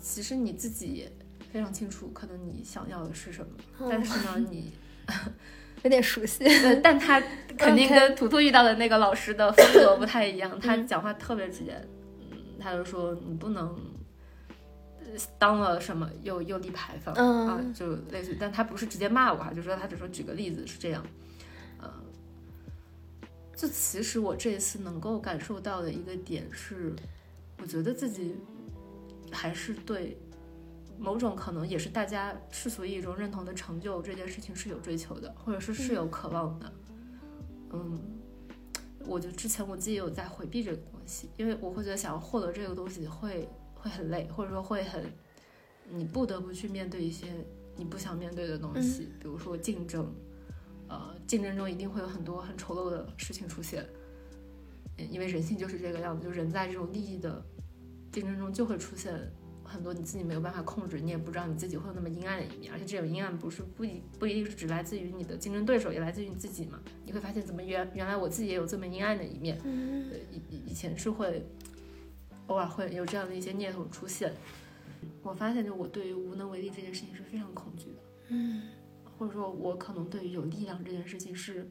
S3: 其实你自己也非常清楚，可能你想要的是什么，
S2: 嗯
S3: 但是 呢，你
S2: 有点熟悉。
S3: 呃，但他肯定
S2: OK
S3: 跟图图遇到的那个老师的风格不太一样，他讲话特别直接，嗯，他就说你不能呃当了什么又又立牌坊、
S1: 嗯
S3: 啊，就类似于，但他不是直接骂我啊，就说他只说举个例子是这样，呃，就其实我这一次能够感受到的一个点是，我觉得自己还是对。某种可能也是大家世俗意义中认同的成就这件事情是有追求的，或者是是有渴望的。嗯，我就之前我自己有在回避这个东西，因为我会觉得想要获得这个东西会会很累，或者说会很你不得不去面对一些你不想面对的东西，比如说竞争，呃，竞争中一定会有很多很丑陋的事情出现，嗯因为人性就是这个样子，就人在这种利益的竞争中就会出现很多你自己没有办法控制，你也不知道你自己会有那么阴暗的一面，而且这种阴暗不是不一不一定是只来自于你的竞争对手，也来自于你自己嘛。你会发现怎么原原来我自己也有这么阴暗的一面，
S1: 嗯
S3: 呃以以以前是会偶尔会有这样的一些念头出现。我发现就我对于无能为力这件事情是非常恐惧的，嗯，或者说我可能对于有力量这件事情是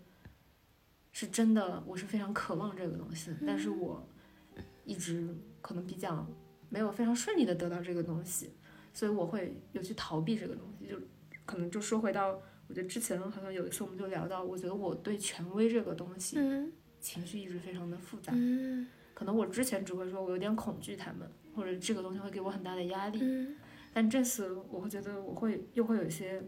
S3: 是真的，我是非常渴望这个东西的，但是我一直可能比较没有非常顺利的得到这个东西，所以我会有去逃避这个东西，就可能就说回到，我觉得之前好像有一次我们就聊到，我觉得我对权威这个东西、
S1: 嗯
S3: 情绪一直非常的复杂，
S1: 嗯
S3: 可能我之前只会说我有点恐惧他们，或者这个东西会给我很大的压力，
S1: 嗯
S3: 但这次我会觉得我会又会有一些，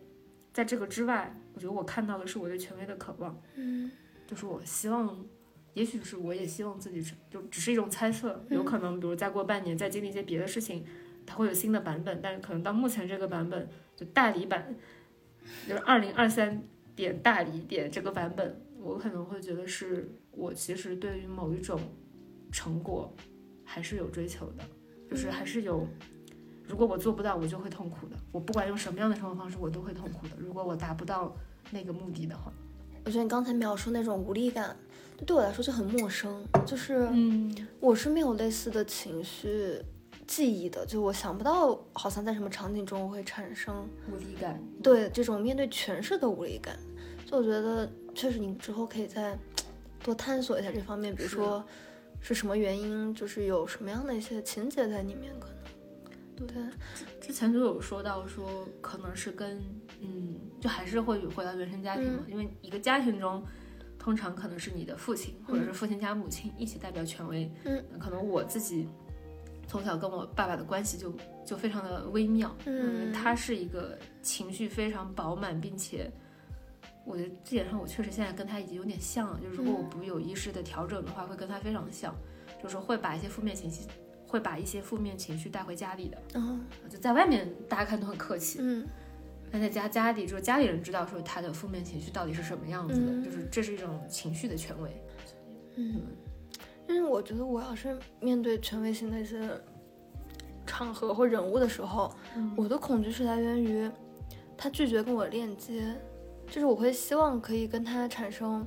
S3: 在这个之外，我觉得我看到的是我对权威的渴望。
S1: 嗯
S3: 就是我希望，也许是我也希望自己是，就只是一种猜测，
S1: 嗯
S3: 有可能比如再过半年再经历一些别的事情，它会有新的版本，但是可能到目前这个版本就大理版，就是二零二三点大理点这个版本，我可能会觉得是我其实对于某一种成果还是有追求的，就是还是有。如果我做不到，我就会痛苦的。我不管用什么样的生活方式，我都会痛苦的。如果我达不到那个目的的话，
S1: 我觉得你刚才描述那种无力感，对我来说就很陌生，就是
S3: 嗯，
S1: 我是没有类似的情绪记忆的，就我想不到好像在什么场景中我会产生
S3: 无力感，
S1: 对这种面对诠释的无力感。就我觉得确实你之后可以再多探索一下这方面，比如
S3: 是
S1: 说是什么原因，就是有什么样的一些情节在里面可能。对，
S3: 之前就有说到说，可能是跟嗯，就还是会回到原生家庭嘛，
S1: 嗯
S3: 因为一个家庭中，通常可能是你的父亲或者是父亲加母亲一起代表权威，
S1: 嗯，
S3: 可能我自己从小跟我爸爸的关系就就非常的微妙，
S1: 嗯
S3: 他是一个情绪非常饱满，并且。我觉得这点上，我确实现在跟他已经有点像了。就是如
S1: 嗯
S3: 果我不有意识的调整的话，会跟他非常像，就是会把一些负面情绪，会把一些负面情绪带回家里的。
S1: 然后
S3: 就在外面大家看都很客气，
S1: 嗯
S3: 但在家家里，就是家里人知道说他的负面情绪到底是什么样子的，
S1: 嗯
S3: 就是这是一种情绪的权威。
S1: 嗯，但是我觉得我要是面对权威性的一些场合或人物的时候，
S3: 嗯
S1: 我的恐惧是来源于他拒绝跟我链接，就是我会希望可以跟他产生，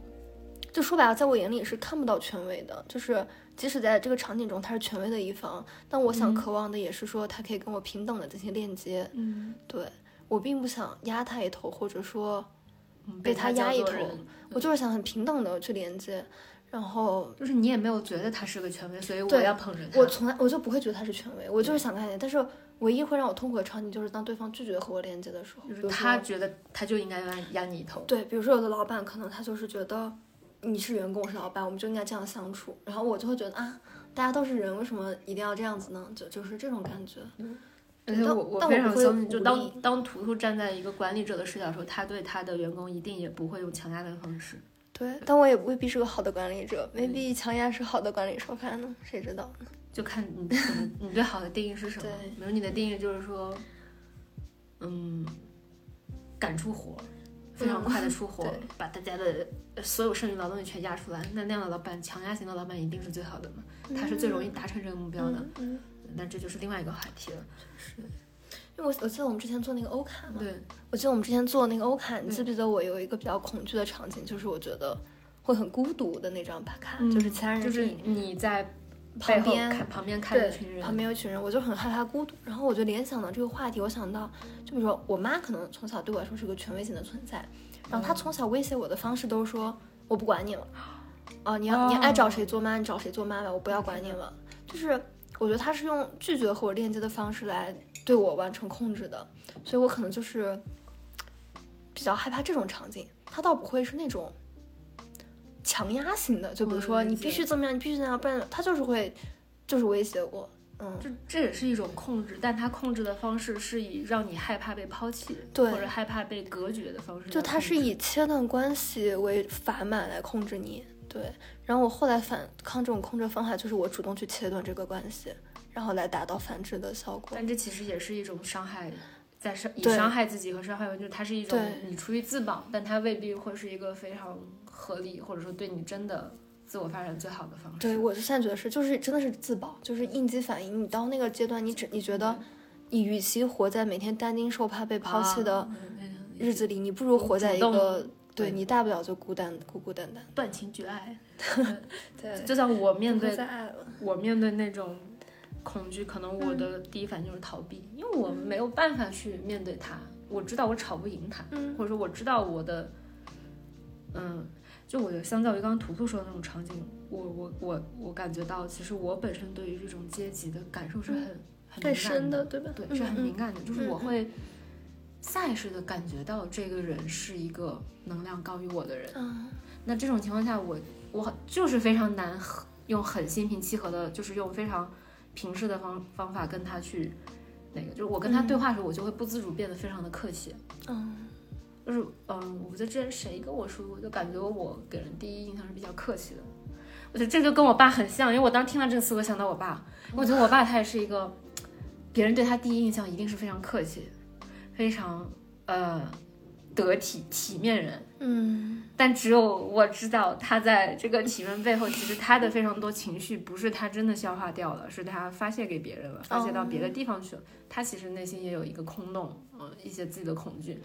S1: 就说白了，在我眼里是看不到权威的，就是即使在这个场景中他是权威的一方，但我想
S3: 嗯
S1: 渴望的也是说他可以跟我平等的进行链接，
S3: 嗯，
S1: 对我并不想压他一头，或者说被
S3: 被
S1: 他压一
S3: 叫做
S1: 头
S3: 人嗯
S1: 我就是想很平等的去连接，然后
S3: 就是你也没有觉得他是个权威，所以我
S1: 对
S3: 要捧着他。
S1: 我从来我就不会觉得他是权威，我就是想看见。但是唯一会让我痛苦的场景就是当对方拒绝和我连接的时候，
S3: 就
S1: 比
S3: 是
S1: 如
S3: 他
S1: 说
S3: 觉得他就应该压压你一头。
S1: 对，比如说有的老板可能他就是觉得你是员工，我是老板，我们就应该这样相处。然后我就会觉得啊，大家都是人，为什么一定要这样子呢？就就是这种感觉。
S3: 而且
S1: 但
S3: 我我
S1: 但
S3: 非
S1: 我不
S3: 常
S1: 会
S3: 相信，就
S1: 鼓
S3: 当
S1: 励
S3: 当图图站在一个管理者的视角的时候，他对他的员工一定也不会用强压的方式。
S1: 对，但我也未必是个好的管理者，未必强压是好的管理手法呢，谁知道？
S3: 就看你怎么你对好的定义是什么。
S1: 对
S3: 比如你的定义就是说，嗯，赶出活，非常快的出活，
S1: 对
S3: 把大家的呃所有剩余劳动力全压出来。那那样的老板，强压型的老板一定是最好的嘛，他是最容易达成这个目标的。
S1: 嗯，
S3: 那这就是另外一个话题了。
S1: 因为我我记得我们之前做那个欧卡嘛，
S3: 对，
S1: 我记得我们之前做那个欧卡，你
S3: 对
S1: 记不记得我有一个比较恐惧的场景，就是我觉得会很孤独的那张白卡，
S3: 嗯
S1: 就是其他人
S3: 就是
S1: 你
S3: 你在背
S1: 旁
S3: 后
S1: 边
S3: 看旁边看着
S1: 对
S3: 一群人，
S1: 旁边有一群人，我就很害怕孤独。然后我就联想到这个话题，我想到，就比如说我妈可能从小对我来说是个权威型的存在，然
S3: 嗯
S1: 后她从小威胁我的方式都是说我不管你了，啊、你
S3: 哦
S1: 要你爱找谁做妈你找谁做妈吧，我不要管你了。就是我觉得她是用拒绝和我链接的方式来对我完成控制的，所以我可能就是比较害怕这种场景。她倒不会是那种。强压型的，就比如
S3: 我
S1: 说
S3: 嗯理
S1: 你必
S3: 解
S1: 须怎么样，你必须怎么样，不然她就是会就是威胁我，嗯，
S3: 这这也是一种控制，但他控制的方式是以让你害怕被抛弃，
S1: 对
S3: 或者害怕被隔绝的方式来控制。
S1: 就他是以切断关系为砝码来控制你，对。然后我后来反抗这种控制方法，就是我主动去切断这个关系，然后来达到反制的效果。
S3: 但这其实也是一种伤害，在伤以
S1: 对
S3: 伤害自己和伤害别人，就是它是一种
S1: 对
S3: 你出于自保，但它未必会是一个非常合理，或者说对你真的自我发展最好的方式。
S1: 对，我就现在觉得是，就是真的是自保，就是应激反应。你到那个阶段，你只你觉
S3: 嗯
S1: 得，你与其活在每天担惊受怕被抛弃的
S3: 啊
S1: 日子里，你不如活在一
S3: 主动
S1: 个对
S3: 对
S1: 你大不了就孤单孤孤单单。
S3: 断情绝爱，
S1: 对，
S3: 就像我面对
S1: 再爱了。
S3: 我面对那种恐惧，可能我
S1: 嗯
S3: 的第一反应就是逃避，因为我没有办法去面对它。我知道我吵不赢它，
S1: 嗯
S3: 或者说我知道我的，嗯，就我觉得相较于刚刚图图说的那种场景，我我我我感觉到，其实我本身对于这种阶级的感受是很、
S1: 更
S3: 很敏感
S1: 嗯深的，对吧？
S3: 对，是很敏感的，就是
S1: 嗯
S3: 我会下意识的感觉到这个人是一个能量高于我的人。
S1: 嗯
S3: 那这种情况下，我我就是非常难和用很心平气和的，就是用非常平视的方方法跟他去那个，就是我跟他对话的时候，我就会不自主变得非常的客气。
S1: 嗯
S3: 就是嗯，我不记得之前谁跟我说过，就感觉我给人第一印象是比较客气的。我觉得这就跟我爸很像，因为我当时听到这个词，我想到我爸，我觉得我爸他也是一个，别人对他第一印象一定是非常客气，非常呃得体体面人。
S1: 嗯
S3: 但只有我知道，他在这个体面背后，其实他的非常多情绪不是他真的消化掉了，是他发泄给别人了，发泄到别的地方去了。他其实内心也有一个空洞，嗯，一些自己的恐惧。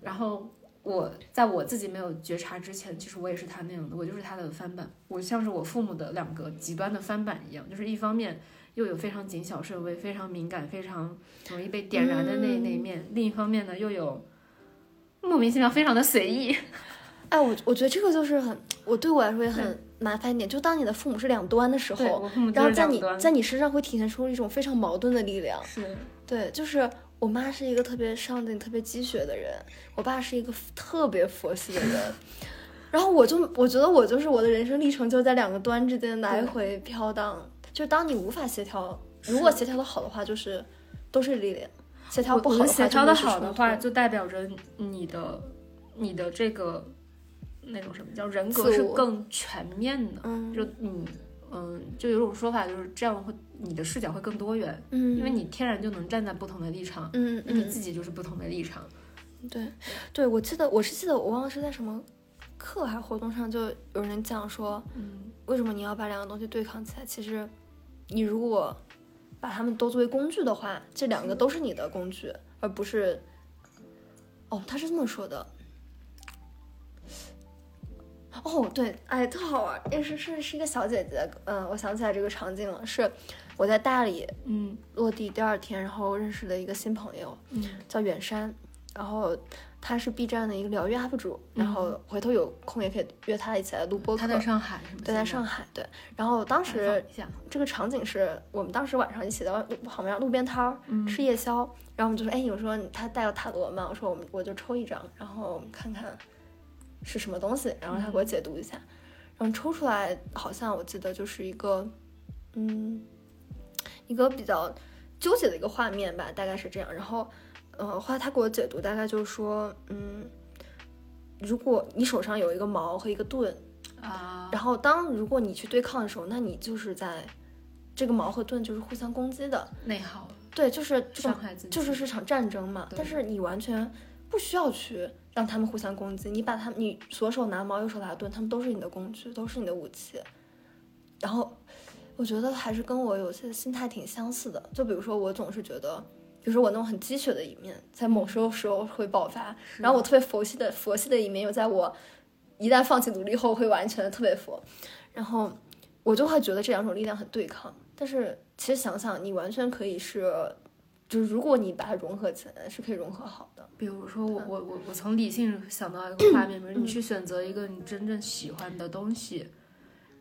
S3: 然后我在我自己没有觉察之前，其实我也是他那样的，我就是他的翻版，我像是我父母的两个极端的翻版一样，就是一方面又有非常谨小慎微、非常敏感、非常容易被点燃的那、
S1: 嗯
S3: 那一面，另一方面呢又有莫名其妙非常的随意。
S1: 哎，我我觉得这个就是很，我对我来说也很麻烦一点。就当你的父母是两端的时
S3: 嗯对，
S1: 候，
S3: 我父母
S1: 然
S3: 就
S1: 后
S3: 是
S1: 在
S3: 两
S1: 你
S3: 端
S1: 在你身上会体现出一种非常矛盾的力量。
S3: 是
S1: 对，就是我妈是一个特别上进、特别积雪的人，我爸是一个特别佛系的 人。然后我就我觉得我就是我的人生历程就是在两个端之间来回飘荡。就是当你无法协调，如果协调的好的话，就是都是力量；协调
S3: 我
S1: 不
S3: 我
S1: 好
S3: 们
S1: 的话，
S3: 协调的
S1: 就是
S3: 好的
S1: 冲
S3: 话，
S1: 突
S3: 就代表着你的你的这个那种什么叫人格
S1: 自
S3: 是
S1: 我
S3: 更全面的，
S1: 嗯
S3: 就你嗯，就有种说法就是这样会你的视角会更多元，
S1: 嗯，
S3: 因为你天然就能站在不同的立场，
S1: 嗯
S3: 那
S1: 嗯
S3: 你自己就是不同的立场。
S1: 对，对，我记得我是记得我忘了是在什么课还是活动上，就有人讲说，
S3: 嗯，
S1: 为什么你要把两个东西对抗起来？其实，你如果把它们都作为工具的话，这两个都是你的工具，而不是，哦，他是这么说的。哦，对，哎，特好玩儿，也是是是一个小姐姐，嗯，我想起来这个场景了，是我在大理
S3: 嗯
S1: 落地第二天，然后认识了一个新朋友，
S3: 嗯
S1: 叫远山，然后他是 B 站的一个疗愈 UP 主，然后回头有空也可以约他一起来录播客。
S3: 嗯他在上海是吗？
S1: 对，在上海，对。然后当
S3: 现在采
S1: 时
S3: 访一下，
S1: 这个场景是我们当时晚上一起在外路旁边路边摊儿吃夜宵，然后我们就说，哎，你说他带了塔罗吗？我说我们我就抽一张，然后看看是什么东西，然后他给我解读一下，然后抽出来好像我记得就是一个，嗯，一个比较纠结的一个画面吧，大概是这样。然后，呃，后来他给我解读大概就是说，嗯，如果你手上有一个矛和一个盾。
S3: 啊，
S1: 然后当如果你去对抗的时候，那你就是在这个矛和盾就是互相攻击的，
S3: 内耗
S1: 对，就是这
S3: 伤
S1: 种
S3: 害自己，
S1: 就是是场战争嘛。
S3: 对
S1: 但是你完全不需要去让他们互相攻击。你把他们，你左手拿矛，右手拿盾，他们都是你的工具，都是你的武器。然后我觉得还是跟我有些心态挺相似的。就比如说，我总是觉得，比如说我那种很鸡血的一面，在某时候时候会爆发，然后我特别佛系的佛系的一面，又在我一旦放弃努力后会完全的特别佛。然后我就会觉得这两种力量很对抗。但是其实想想，你完全可以是，就是如果你把它融合起来，是可以融合好的。
S3: 比如说我我我我从理性想到一个画面，比如你去选择一个你真正喜欢的东西，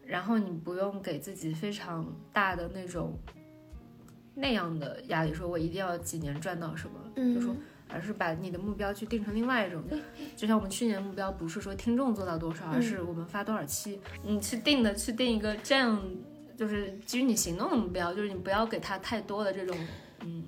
S3: 然后你不用给自己非常大的那种那样的压力，说我一定要几年赚到什么，就
S1: 嗯
S3: 说而是把你的目标去定成另外一种。就像我们去年的目标不是说听众做到多少，而是我们发多少期，你去定的去定一个这样，就是基于你行动的目标，就是你不要给他太多的这种嗯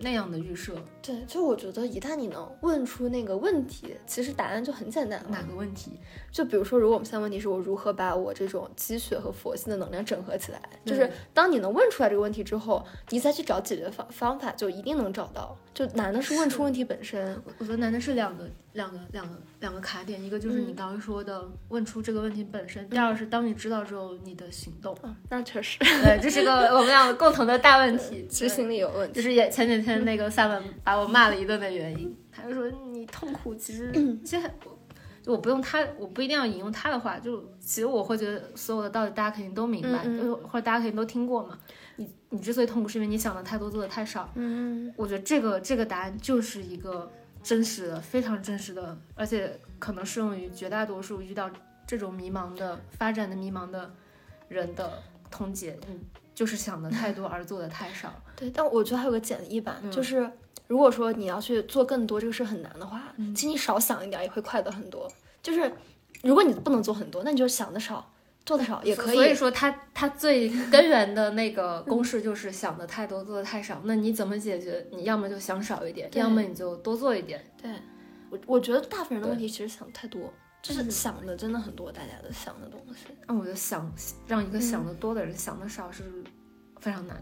S3: 那样的预设。
S1: 对，就我觉得一旦你能问出那个问题，其实答案就很简单了。
S3: 哪个问题？
S1: 就比如说，如果我们现在问题是我如何把我这种积雪和佛系的能量整合起来，就是当你能问出来这个问题之后，你再去找解决方方法，就一定能找到。就难的是嗯问出问题本身。
S3: 我觉得难的是两个两个两个两个卡点，一个就是你
S1: 嗯
S3: 刚刚说的问出这个问题本身，第二是当你知道之后你的行动。
S1: 嗯，那确实
S3: 对，这是个我们两个共同的大问题。
S1: 执行嗯力有问题。
S3: 就是也前几天那个萨满把我骂了一顿的原因，他就说你痛苦其实
S1: 嗯
S3: 其实我就我不用他，我不一定要引用他的话，就其实我会觉得所有的道理大家肯定都明白，
S1: 嗯嗯
S3: 就是或者大家肯定都听过嘛。你你之所以痛苦，是因为你想的太多，做的太少。
S1: 嗯，
S3: 我觉得这个这个答案就是一个真实的、非常真实的，而且可能适用于绝大多数遇到这种迷茫的、发展的迷茫的人的通解。嗯，就是想的太多而做的太少。
S1: 对，但我觉得还有个简易版，
S3: 嗯
S1: 就是如果说你要去做更多这个事很难的话，
S3: 嗯
S1: 其实你少想一点也会快乐很多。就是如果你不能做很多，那你就想的少，做的少也可
S3: 所以
S1: 以。
S3: 说他，他最根源的那个公式就是想的太多，做的太少。那你怎么解决？你要么就想少一点，
S1: 对
S3: 要么你就多做一点。
S1: 对，我我觉得大部分人的问题其实想太多，
S3: 嗯
S1: 就是想的真的很多，大家的想的东西。
S3: 那我就想让一个
S1: 嗯
S3: 想的多的人想的少是非常难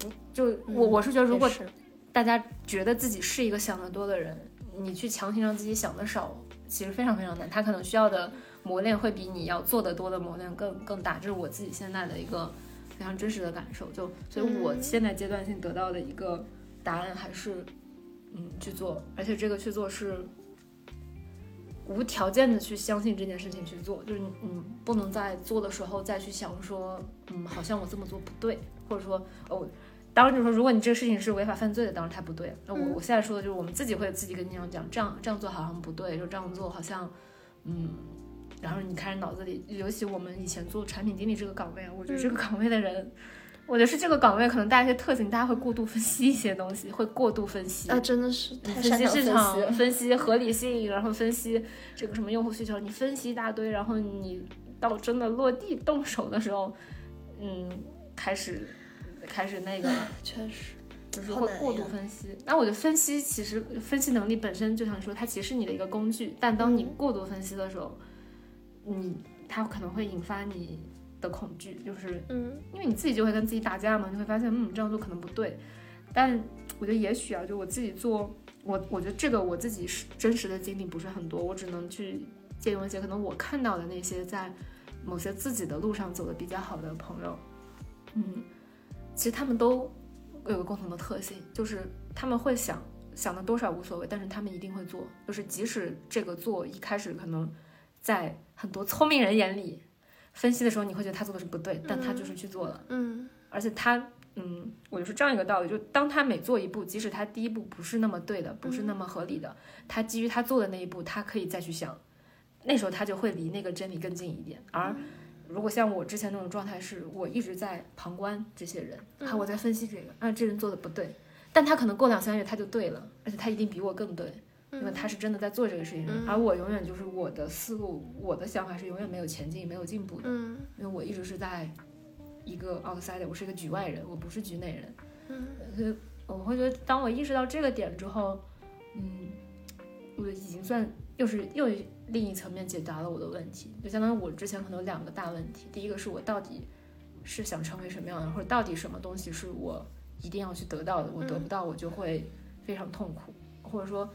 S3: 的。就我我是觉得，如
S1: 嗯
S3: 果
S1: 也是
S3: 大家觉得自己是一个想得多的人，你去强行让自己想得少，其实非常非常难。他可能需要的磨练会比你要做得多的磨练更更大，这是我自己现在的一个非常真实的感受。就所以，我现在阶段性得到的一个答案还是，嗯，去做，而且这个去做是无条件的去相信这件事情去做，就是你你不能在做的时候再去想说，嗯，好像我这么做不对，或者说哦。当然，就是说，如果你这个事情是违法犯罪的，当然它不对。那
S1: 嗯
S3: 我、我现在说的就是，我们自己会自己跟家长讲，这样这样做好像不对，就这样做好像，嗯，然后你开始脑子里，尤其我们以前做产品经理这个岗位啊，我觉得这
S1: 嗯
S3: 个岗位的人，我觉得是这个岗位可能大家一些特性，大家会过度分析一些东西，会过度分析
S1: 啊，真的是太
S3: 嗯分
S1: 擅长分析
S3: 析市场，
S1: 了。
S3: 分析合理性，然后分析这个什么用户需求，你分析一大堆，然后你到真的落地动手的时候，嗯，开始开始那个
S1: 确实，
S3: 就是
S1: 好
S3: 会
S1: 难
S3: 过度
S1: 哎呀
S3: 分析。那我觉得分析其实分析能力本身就像你说，它其实是你的一个工具，但当你过度分析的时候，你它可能会引发你的恐惧，就是
S1: 嗯，
S3: 因为你自己就会跟自己打架嘛，你会发现，嗯，这样做可能不对。但我觉得也许啊，就我自己做，我我觉得这个我自己是真实的经历不是很多，我只能去借用一些可能我看到的那些在某些自己的路上走的比较好的朋友，嗯，其实他们都有个共同的特性，就是他们会想想的多少无所谓，但是他们一定会做，就是即使这个做一开始可能在很多聪明人眼里分析的时候，你会觉得他做的是不对，但他就是去做了。
S1: 嗯，
S3: 而且他，嗯，我就是这样一个道理，就当他每做一步，即使他第一步不是那么对的，不是那么合理的，他基于他做的那一步，他可以再去想，那时候他就会离那个真理更近一点。而如果像我之前那种状态是，我一直在旁观这些人，啊，我在分析这个，啊，这人做的不对，但他可能过两三个月他就对了，而且他一定比我更对。因为他是真的在做这个事情，而我永远就是我的思路，我的想法是永远没有前进、没有进步的。
S1: 嗯，
S3: 因为我一直是在一个 outsider，我是一个局外人，我不是局内人，呃所以我会觉得，当我意识到这个点之后，嗯，我已经算又是又另一层面解答了我的问题，就相当于我之前可能有两个大问题，第一个是我到底是想成为什么样的人，或者到底什么东西是我一定要去得到的，我得不到我就会非常痛苦，或者说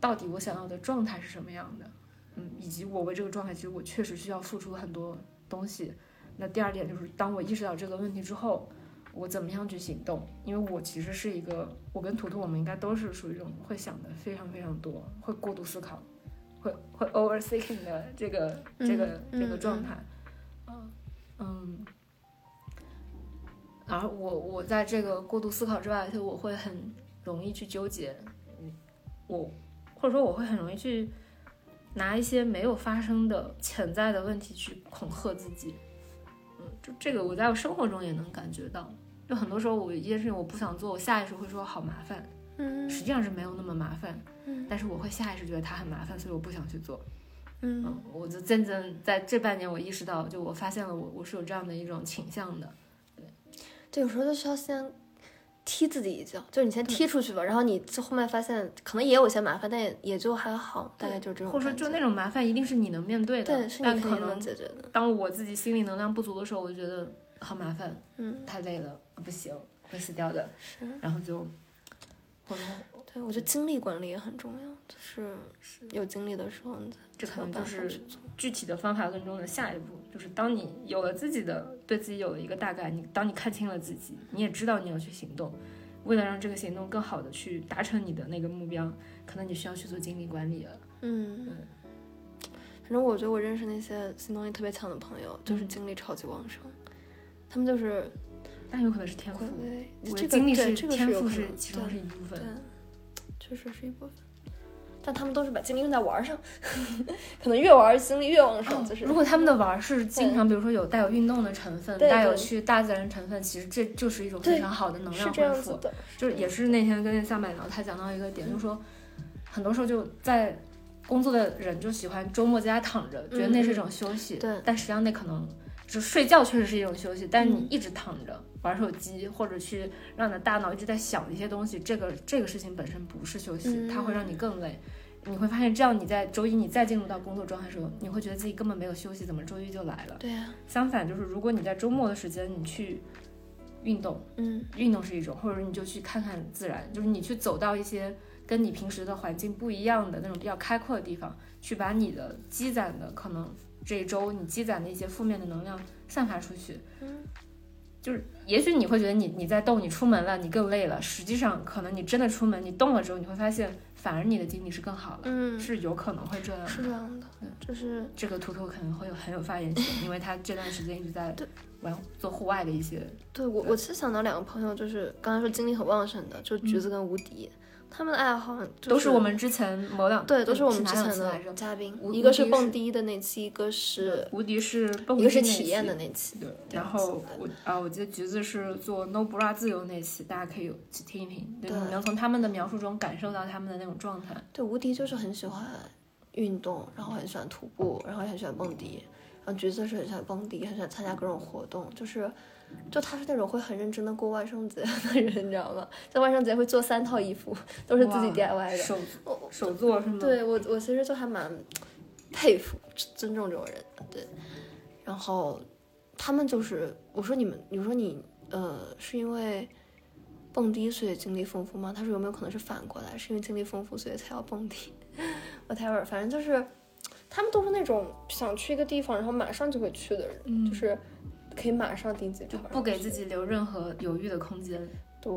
S3: 到底我想要的状态是什么样的，嗯，以及我为这个状态，其实我确实需要付出很多东西。那第二点就是，当我意识到这个问题之后，我怎么样去行动？因为我其实是一个，我跟图图我们应该都是属于这种会想的非常非常多，会过度思考，会会 overthinking 的这个这个、
S1: 嗯
S3: 这个
S1: 嗯
S3: 状态。嗯嗯。而我我在这个过度思考之外，就我会很容易去纠结，嗯，我或者说我会很容易去拿一些没有发生的潜在的问题去恐吓自己。嗯，就这个我在生活中也能感觉到，就很多时候我一件事情我不想做，我下意识会说好麻烦，
S1: 嗯
S3: 实际上是没有那么麻烦，
S1: 嗯
S3: 但是我会下意识觉得它很麻烦，所以我不想去做。
S1: 嗯
S3: 嗯，我就渐渐在这半年，我意识到，就我发现了我我是有这样的一种倾向的。
S1: 对，有时候就需要先踢自己一脚，就是你先踢出去吧，然后你这后面发现可能也有些麻烦，但也也就还好，大概就是这种
S3: 或
S1: 感
S3: 者
S1: 觉。
S3: 说，就那种麻烦一定是你能面对的，
S1: 对，是
S3: 但
S1: 你可
S3: 可
S1: 以能
S3: 能
S1: 解决的。
S3: 当我自己心理能量不足的时候，我就觉得好麻烦，
S1: 嗯，
S3: 太累了，不行，会死掉的。
S1: 是。
S3: 然后就，或者
S1: 对，我觉
S3: 嗯
S1: 得精力管理也很重要，就是有精力的时候你才
S3: 这
S1: 才
S3: 可
S1: 有
S3: 能就
S1: 办法
S3: 是
S1: 去做。
S3: 具体的方法论中的下一步，就是当你有了自己的对自己有了一个大概，你当你看清了自己，你也知道你要去行动。为了让这个行动更好的去达成你的那个目标，可能你需要去做精力管理了。
S1: 嗯
S3: 嗯，
S1: 反正我觉得我认识那些行动力特别强的朋友，就是
S3: 嗯
S1: 精力超级旺盛，他们就是
S3: 但有可能是天赋
S1: 会，为
S3: 我
S1: 这
S3: 的
S1: 个
S3: 精力
S1: 对
S3: 是
S1: 这个
S3: 天
S1: 有
S3: 赋
S1: 可
S3: 是
S1: 能
S3: 其中
S1: 对
S3: 是一部分。
S1: 对，确实是一部分。
S4: 但他们都是把精力用在玩儿上， 可能越玩儿精力越旺
S1: 哦
S4: 盛，就是
S3: 嗯如果他们的玩儿是经常，比如说有带有运动的成分，
S4: 对
S3: 带有
S4: 对
S3: 去大自然成分，其实这就是一种非
S4: 对
S3: 常好的能
S4: 嗯是
S3: 量
S4: 这
S3: 恢
S4: 样子
S3: 复。
S4: 的，
S3: 就是也是那天跟那夏麦聊，他讲到一个点，就是说很多时候就在工作的人就喜欢周末在家躺着，觉得那是一种休息，
S1: 嗯对
S3: 但实际上那可能。就睡觉确实是一种休息，但你
S1: 嗯
S3: 一直躺着、玩手机，或者去让你的大脑一直在想一些东西，这个这个事情本身不是休息，
S1: 嗯
S3: 它会让你更累。你会发现，这样你在周一你再进入到工作状态的时候，你会觉得自己根本没有休息，怎么周一就来了？
S1: 对
S4: 啊
S1: 呀、
S3: 相反，就是如果你在周末的时间你去运动，
S1: 嗯
S3: 运动是一种，或者你就去看看自然，就是你去走到一些跟你平时的环境不一样的那种比较开阔的地方，去把你的积攒的可能这一周你积攒的一些负面的能量散发出去。
S1: 嗯，
S3: 就是也许你会觉得你你在动，你出门了，你更累了，实际上可能你真的出门，你动了之后，你会发现反而你的精力是更好了，
S1: 嗯，
S3: 是有可能会这样的。
S1: 是这样的，就是
S3: 这个图图可能会有很有发言权，因为他这段时间一直在
S1: 对
S3: 玩做户外的一些，
S1: 对我，我其实想到两个朋友，就是刚才说精力很旺盛的，就橘
S4: 嗯
S1: 子跟吴迪，他们的爱好、就是、
S3: 都是我们之前某两
S1: 对，都是我
S3: 是
S1: 们
S3: 哪
S1: 之
S3: 两
S1: 前
S3: 次来着
S1: 的嘉宾
S3: 吴，
S1: 一
S3: 吴
S1: 个
S3: 迪
S1: 是
S3: 是
S1: 蹦迪的那期，一个是
S3: 无敌是蹦
S1: 一个
S3: 迪
S1: 是
S3: 那
S1: 体
S3: 期
S1: 验的那期，
S3: 对，
S1: 对
S3: 然后我啊，我记得橘子是做 No Bra 自由那期，大家可以有去听一听，对，
S1: 对
S3: 你能从他们的描述中感受到他们的那种状态。
S1: 对，无敌就是很喜欢运动，然后很喜欢徒步，然后也很喜欢蹦迪。然后橘子是很喜欢蹦迪，很喜欢参加各种活动，就是，就他是那种会很认真的过万圣节的人，你知道吗？在万圣节会做三套衣服，都是自己
S3: 哇
S1: DIY 的。
S3: 手
S1: 我
S3: 手作是吗？，
S1: 对我，我其实就还蛮佩服、尊重这种人的。对，然后他们就是，我说你们，你说你，呃，是因为蹦迪所以经历丰富吗？他说有没有可能是反过来，是因为经历丰富所以才要蹦迪 ？whatever，反正就是
S4: 他们都是那种想去一个地方，然后马上就会去的人，
S3: 嗯
S4: 就是可以马上订机票，
S3: 不给自己留任何犹豫的空间，
S4: 对，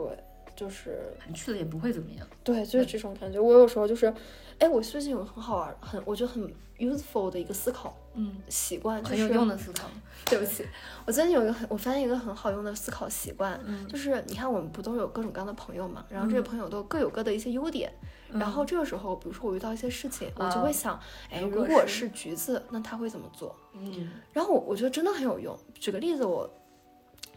S4: 就是
S3: 反正去了也不会怎么样。
S4: 对，就是这种感觉。我有时候就是，哎，我最近有个很好玩、很我觉得很 useful 的一个思考
S3: 嗯，
S4: 习惯，就
S3: 很
S4: 是
S3: 有用的思考。
S4: 对不起，
S1: 我最近有一个很，我发现一个很好用的思考习惯，
S3: 嗯
S1: 就是你看我们不都有各种各样的朋友嘛，然后这些
S3: 嗯
S1: 朋友都各有各的一些优点，然后这个时候，比如说我遇到一些事情，我就
S3: 啊
S1: 会想，哎，
S3: 如
S1: 如
S3: 果
S1: 果
S3: 是
S1: 是橘子，那他会怎么做？
S3: 嗯，
S1: 然后我我觉得真的很有用。举个例子，我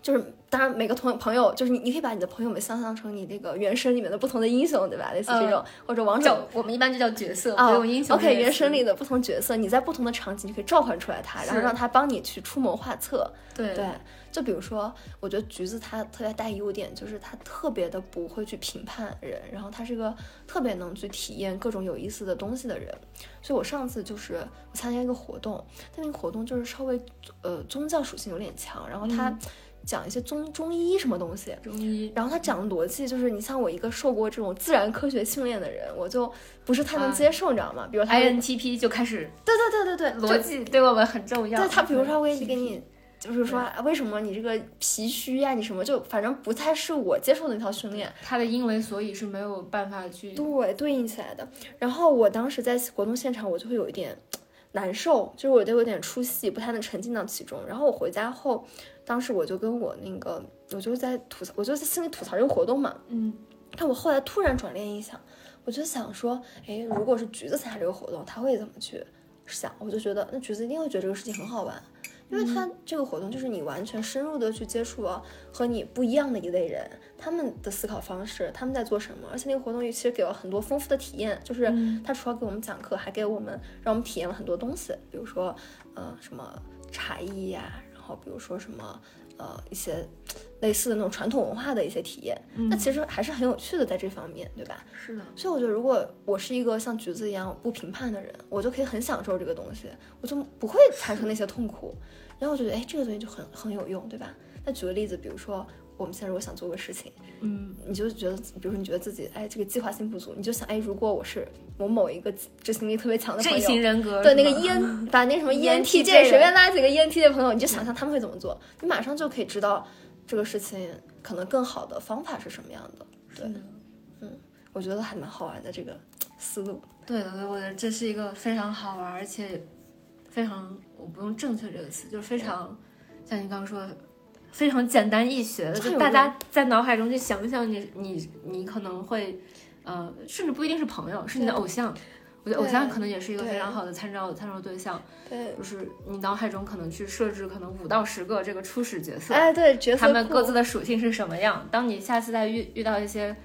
S1: 就是当然每个同朋友，就是你你可以把你的朋友们想象成你那个原神里面的不同的英雄，对吧？类似
S3: 嗯
S1: 这种、或者王者
S3: 叫我们一般就叫角色，
S1: 啊
S3: 不用英雄。
S1: OK，原神里的不同角色，你在不同的场景你可以召唤出来他，然后
S3: 是
S1: 让他帮你去出谋划策。
S3: 对
S1: 对，就比如说，我觉得橘子他特别大优点就是他特别的不会去评判人，然后他是个特别能去体验各种有意思的东西的人。所以我上次就是我
S3: 嗯
S1: 参加一个活动，但那个活动就是稍微呃宗教属性有点强，然后他讲一些中中医什么东西，
S2: 中医
S1: 然后他讲的逻辑就是，你像我一个受过这种自然科学训练的人，我就不是太能接受，你知道吗？比如他会，
S2: INTP 就开始
S1: 啊哎对对对对对，
S2: 逻辑对我们很重要。
S1: 对他，比如说他会给你，就是说啊为什么你这个脾虚呀、你什么就反正不太是我接受的那套训练，
S2: 他的因为所以是没有办法去
S1: 对对应起来的。然后我当时在活动现场，我就会有一点难受，就是我就有点出戏，不太能沉浸到其中。然后我回家后，当时我就跟我那个，我就在吐槽，我就在心里吐槽这个活动嘛，
S2: 嗯，
S1: 但我后来突然转念一想，我就想说，哎，如果是橘子参加这个活动，他会怎么去想？我就觉得，那橘子一定会觉得这个事情很好玩，因为他这个活动就是你完全深入的去接触了和你不一样的一类人，他们的思考方式，他们在做什么，而且那个活动也其实给了很多丰富的体验，就是他除了给我们讲课，还给我们让我们体验了很多东西，比如说，呃，什么茶艺呀、然后比如说什么，呃，一些类似的那种传统文化的一些体验，那其实还是很有趣的，在这方面，对吧？
S2: 是的，
S1: 所以我觉得，如果我是一个像橘子一样不评判的人，我就可以很享受这个东西，我就不会产生那些痛苦。然后我就觉得，哎，这个东西就很很有用，对吧？那举个例子，比如说我们现在如果想做个事情，
S2: 嗯，
S1: 你就觉得，比如说你觉得自己，哎，这个计划性不足，你就想，哎，如果我是我某一个执行力特别强的朋
S3: 这
S1: 友，
S3: 型人格
S1: 对那
S3: 是
S1: 个
S3: 吗
S1: EN，把那什么
S2: ENTJ
S1: ENTJ 随便拉几个 ENTJ 朋友，你就想象他们会怎么做，你马上就可以知道这个事情可能更好的方法是什么样的。对，嗯，我觉得还蛮好玩的这个思路。
S3: 对的，对我觉得这是一个非常好玩，而且非常我不用“正确”这个词，就是非常像你刚刚说的，非常简单易学的，
S1: 太
S3: 就
S1: 有
S3: 大
S1: 用
S3: 家在脑海中去想一想你你你可能会呃，甚至不一定是朋友，是你的偶像。我觉得偶像
S1: 对
S3: 可能也是一个
S1: 对
S3: 非常好的参照参照对象，
S1: 对，
S3: 就是你脑海中可能去设置可能五到十个这个初始角色，
S1: 哎，对，角色
S3: 他们
S1: 库
S3: 各自的属性是什么样。当你下次再遇遇到一些，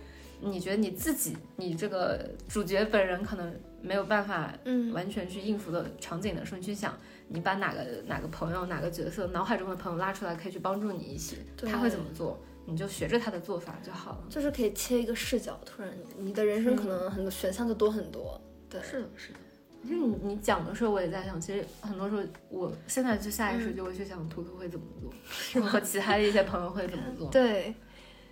S3: 你觉得你自己你这个主角本人可能没有办法
S1: 嗯，
S3: 完全去应付的场景的时候，你去想，你把哪个哪个朋友、哪个角色脑海中的朋友拉出来，可以去帮助你一起，
S1: 对
S3: 他会怎么做，你就学着他的做法就好了。
S1: 就是可以切一个视角，突然你的人生可能很多选项就多很多。对，
S3: 是的，是的。就是你你讲的时候，我也在想，其实很多时候，我现在就下意
S1: 嗯
S3: 识就会去想图图会怎么做， 和其他的一些朋友会怎么做。
S1: 对。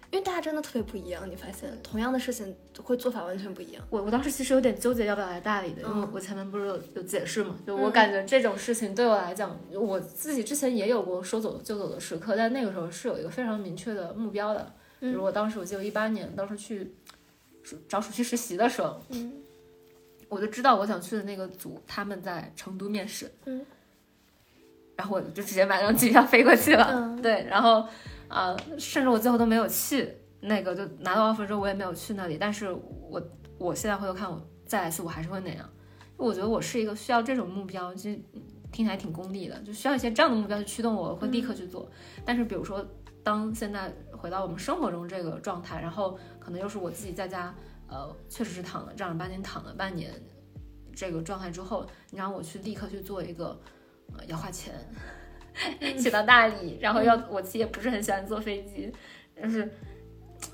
S1: 因为大家真的特别不一样，你发现同样的事情会做法完全不一样。
S3: 我我当时其实有点纠结要不要来大理的，因为
S1: 嗯
S3: 我前面不是有有解释嘛，就我感觉这种事情对我来讲，我自己之前也有过说走就走的时刻，但那个时候是有一个非常明确的目标的。比
S1: 嗯
S3: 如我当时我记得一八年，当时去暑找暑期实习的时候，
S1: 嗯
S3: 我就知道我想去的那个组他们在成都面试，
S1: 嗯，
S3: 然后我就直接买张机票飞过去了，
S1: 嗯
S3: 对，然后呃，甚至我最后都没有去那个，就拿到 offer 之后我也没有去那里，但是我我现在回头看我再来一次我还是会那样，我觉得我是一个需要这种目标，就听起来挺功利的，就需要一些这样的目标去驱动我，我会立刻去做，但是比如说当现在回到我们生活中这个状态，然后可能又是我自己在家。呃，确实是躺了正儿八经躺了半年，这个状态之后，你让我去立刻去做一个，呃，要花钱， 去到大理，然后要、我其实也不是很喜欢坐飞机，但是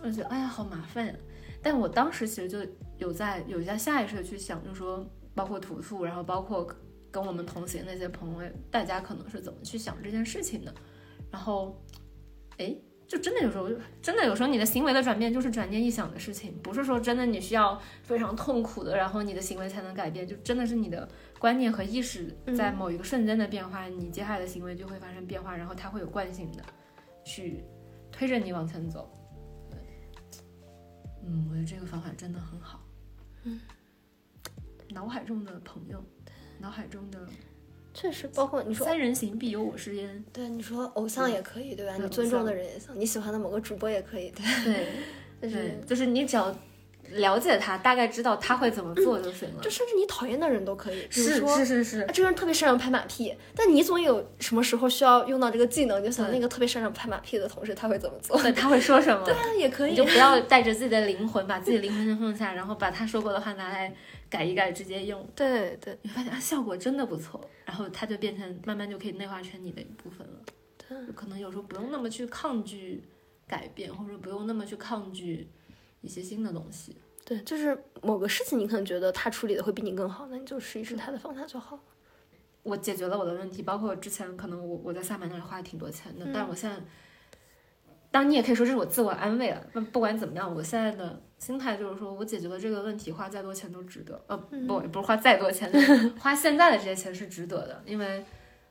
S3: 我觉得哎呀好麻烦呀。但我当时其实就有在有在下意识的去想，就说包括图图，然后包括跟我们同行那些朋友，大家可能是怎么去想这件事情的。然后，哎，就真的有时候，真的有时候你的行为的转变就是转念一想的事情，不是说真的你需要非常痛苦的，然后你的行为才能改变，就真的是你的观念和意识在某一个瞬间的变化，你接下来的行为就会发生变化，然后它会有惯性的去推着你往前走。对，嗯，我觉得这个方法真的很好。嗯，脑海中的朋友，脑海中的
S1: 确实，包括你说
S3: 三人行必有我师焉。
S1: 对，你说偶像也可以，对吧？
S3: 对
S1: 你
S3: 偶
S1: 尊重
S3: 像
S1: 的人也行，你喜欢的某个主播也可以，对。
S3: 对。
S1: 但
S3: 对
S1: 是，
S3: 就是你只要了解他，大概知道他会怎么做就行了。
S1: 就甚至你讨厌的人都可以，比如说
S3: 是是是
S1: 啊，这个人特别擅长拍马屁，但你总有什么时候需要用到这个技能，你就想
S3: 对
S1: 那个特别擅长拍马屁的同事他会怎么 做？
S3: 对，他会说什么？
S1: 那 也可
S3: 你
S1: 以
S3: 就，不要带着自己的灵魂，把自己的灵魂先放下，然后把他说过的话拿来改一改，直接用。
S1: 对对
S3: 你会发现啊，效果真的不错，然后它就变成慢慢就可以内化成你的一部分了。
S1: 对
S3: 就可能有时候不用那么去抗拒改变，或者不用那么去抗拒一些新的东西。
S1: 对，就是某个事情你可能觉得他处理的会比你更好，那你就试一试他的方法就好了。
S3: 嗯我解决了我的问题，包括之前可能我我在萨满那里花了挺多钱的，但我现在当然，你也可以说这是我自我安慰了。那不管怎么样，我现在的心态就是说我解决了这个问题，花再多钱都值得。呃，
S1: 嗯
S3: 不，也不是花再多钱， 花现在的这些钱是值得的，因为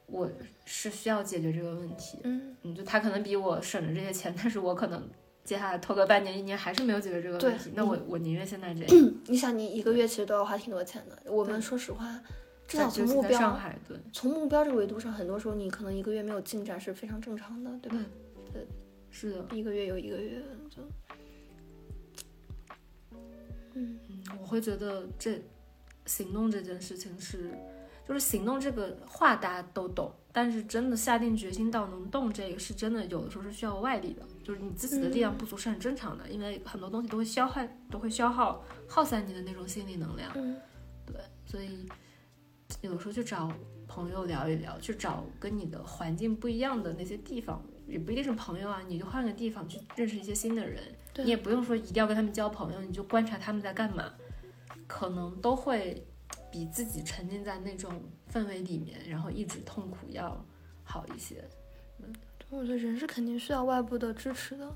S3: 我是需要解决这个问题。
S1: 嗯，
S3: 嗯，就他可能比我省着这些钱， 但是我可能接下来拖个半年一年还是没有解决这个问题
S1: 对，嗯
S3: 那我我宁愿现在这样。
S1: 你想，你一个月其实都要花挺多钱的。我们说实话，至少
S3: 就
S1: 从
S3: 是
S1: 目
S3: 在上
S1: 标
S3: 海，对，
S1: 从目标这个维度上，很多时候你可能一个月没有进展是非常正常的，对吧？
S3: 是的，
S1: 一个月有一个月就，嗯，
S3: 嗯，我会觉得这行动这件事情是，就是行动这个话大家都懂，但是真的下定决心到能动，这个是真的有的时候是需要外力的，就是你自己的力
S1: 嗯
S3: 量不足是很正常的，因为很多东西都会消耗，都会消耗耗散你的那种心理能量。
S1: 嗯，
S3: 对，所以有时候去找朋友聊一聊，去找跟你的环境不一样的那些地方，也不一定是朋友啊，你就换个地方去认识一些新的人，
S1: 对
S3: 你也不用说一定要跟他们交朋友，你就观察他们在干嘛，可能都会比自己沉浸在那种氛围里面，然后一直痛苦要好一些。
S1: 我觉得人是肯定需要外部的支持的，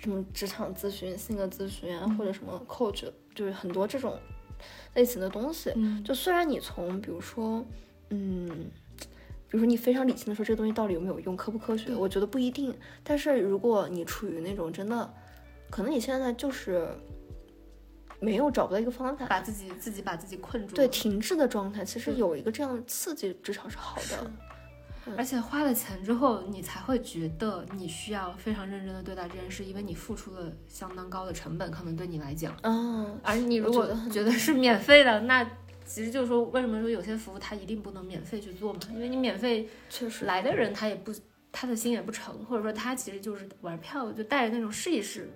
S1: 什么职场咨询、性格咨询啊，或者什么 coach，就是很多这种类型的东西。
S3: 嗯，
S1: 就虽然你从比如说，嗯，比如说你非常理性的说这个东西到底有没有用，科不科学，我觉得不一定。但是如果你处于那种真的，可能你现在就是没有找不到一个方法，
S3: 把自己自己把自己困住了，
S1: 对停滞的状态，其实
S3: 嗯
S1: 有一个这样的刺激，至少是好的。嗯
S3: 而且花了钱之后，你才会觉得你需要非常认真的对待这件事，因为你付出了相当高的成本，可能对你来讲。
S1: 嗯，
S3: 而你如果
S1: 我觉得很
S3: 觉得是免费的，那其实就是说，为什么说有些服务它一定不能免费去做嘛？因为你免费
S1: 确实，
S3: 来的人，他也不他的心也不诚，或者说他其实就是玩票，就带着那种试一试，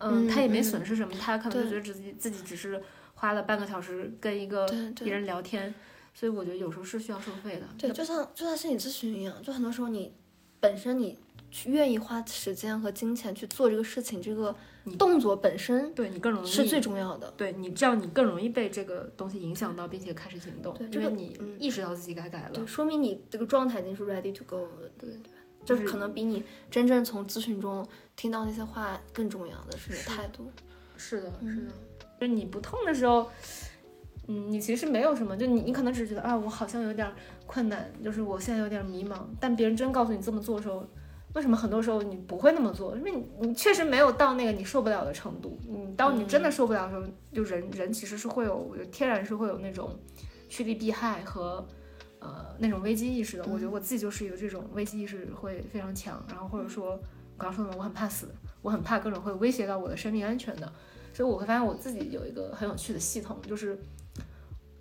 S3: 嗯，
S1: 嗯
S3: 他也没
S1: 嗯
S3: 损失什么，他可能就
S1: 对
S3: 觉得自己自己只是花了半个小时跟一个
S1: 对对
S3: 别人聊天，所以我觉得有时候是需要收费的。
S1: 对，就像就像心理咨询一样，就很多时候你本身你去愿意花时间和金钱去做这个事情，这个
S3: 你
S1: 动作本身
S3: 对你更容易
S1: 是最重要的。
S3: 对你这样，你更容易被这个东西影响到，并且开始行动，
S1: 对
S3: 因
S1: 这
S3: 为
S1: 个
S3: 你
S1: 嗯
S3: 意识到自己该改了
S1: 对，。说明你这个状态已经是 ready to go 了，
S3: 对
S1: 对吧？就是
S3: 是
S1: 可能比你真正从咨询中听到那些话更重要的是你的
S3: 是
S1: 态度。
S3: 是的，
S1: 嗯
S3: 是的，就是你不痛的时候，嗯，你其实没有什么，就你你可能只是觉得啊，我好像有点困难，就是我现在有点迷茫。但别人真告诉你这么做的时候，为什么很多时候你不会那么做？因为你你确实没有到那个你受不了的程度。你当你真的受不了的时候，就人人其实是会有，我觉得天然是会有那种趋利避害和。呃，那种危机意识的，我觉得我自己就是有这种危机意识会非常强，然后或者说我刚刚说的嘛，我很怕死，我很怕各种会威胁到我的生命安全的，所以我会发现我自己有一个很有趣的系统，就是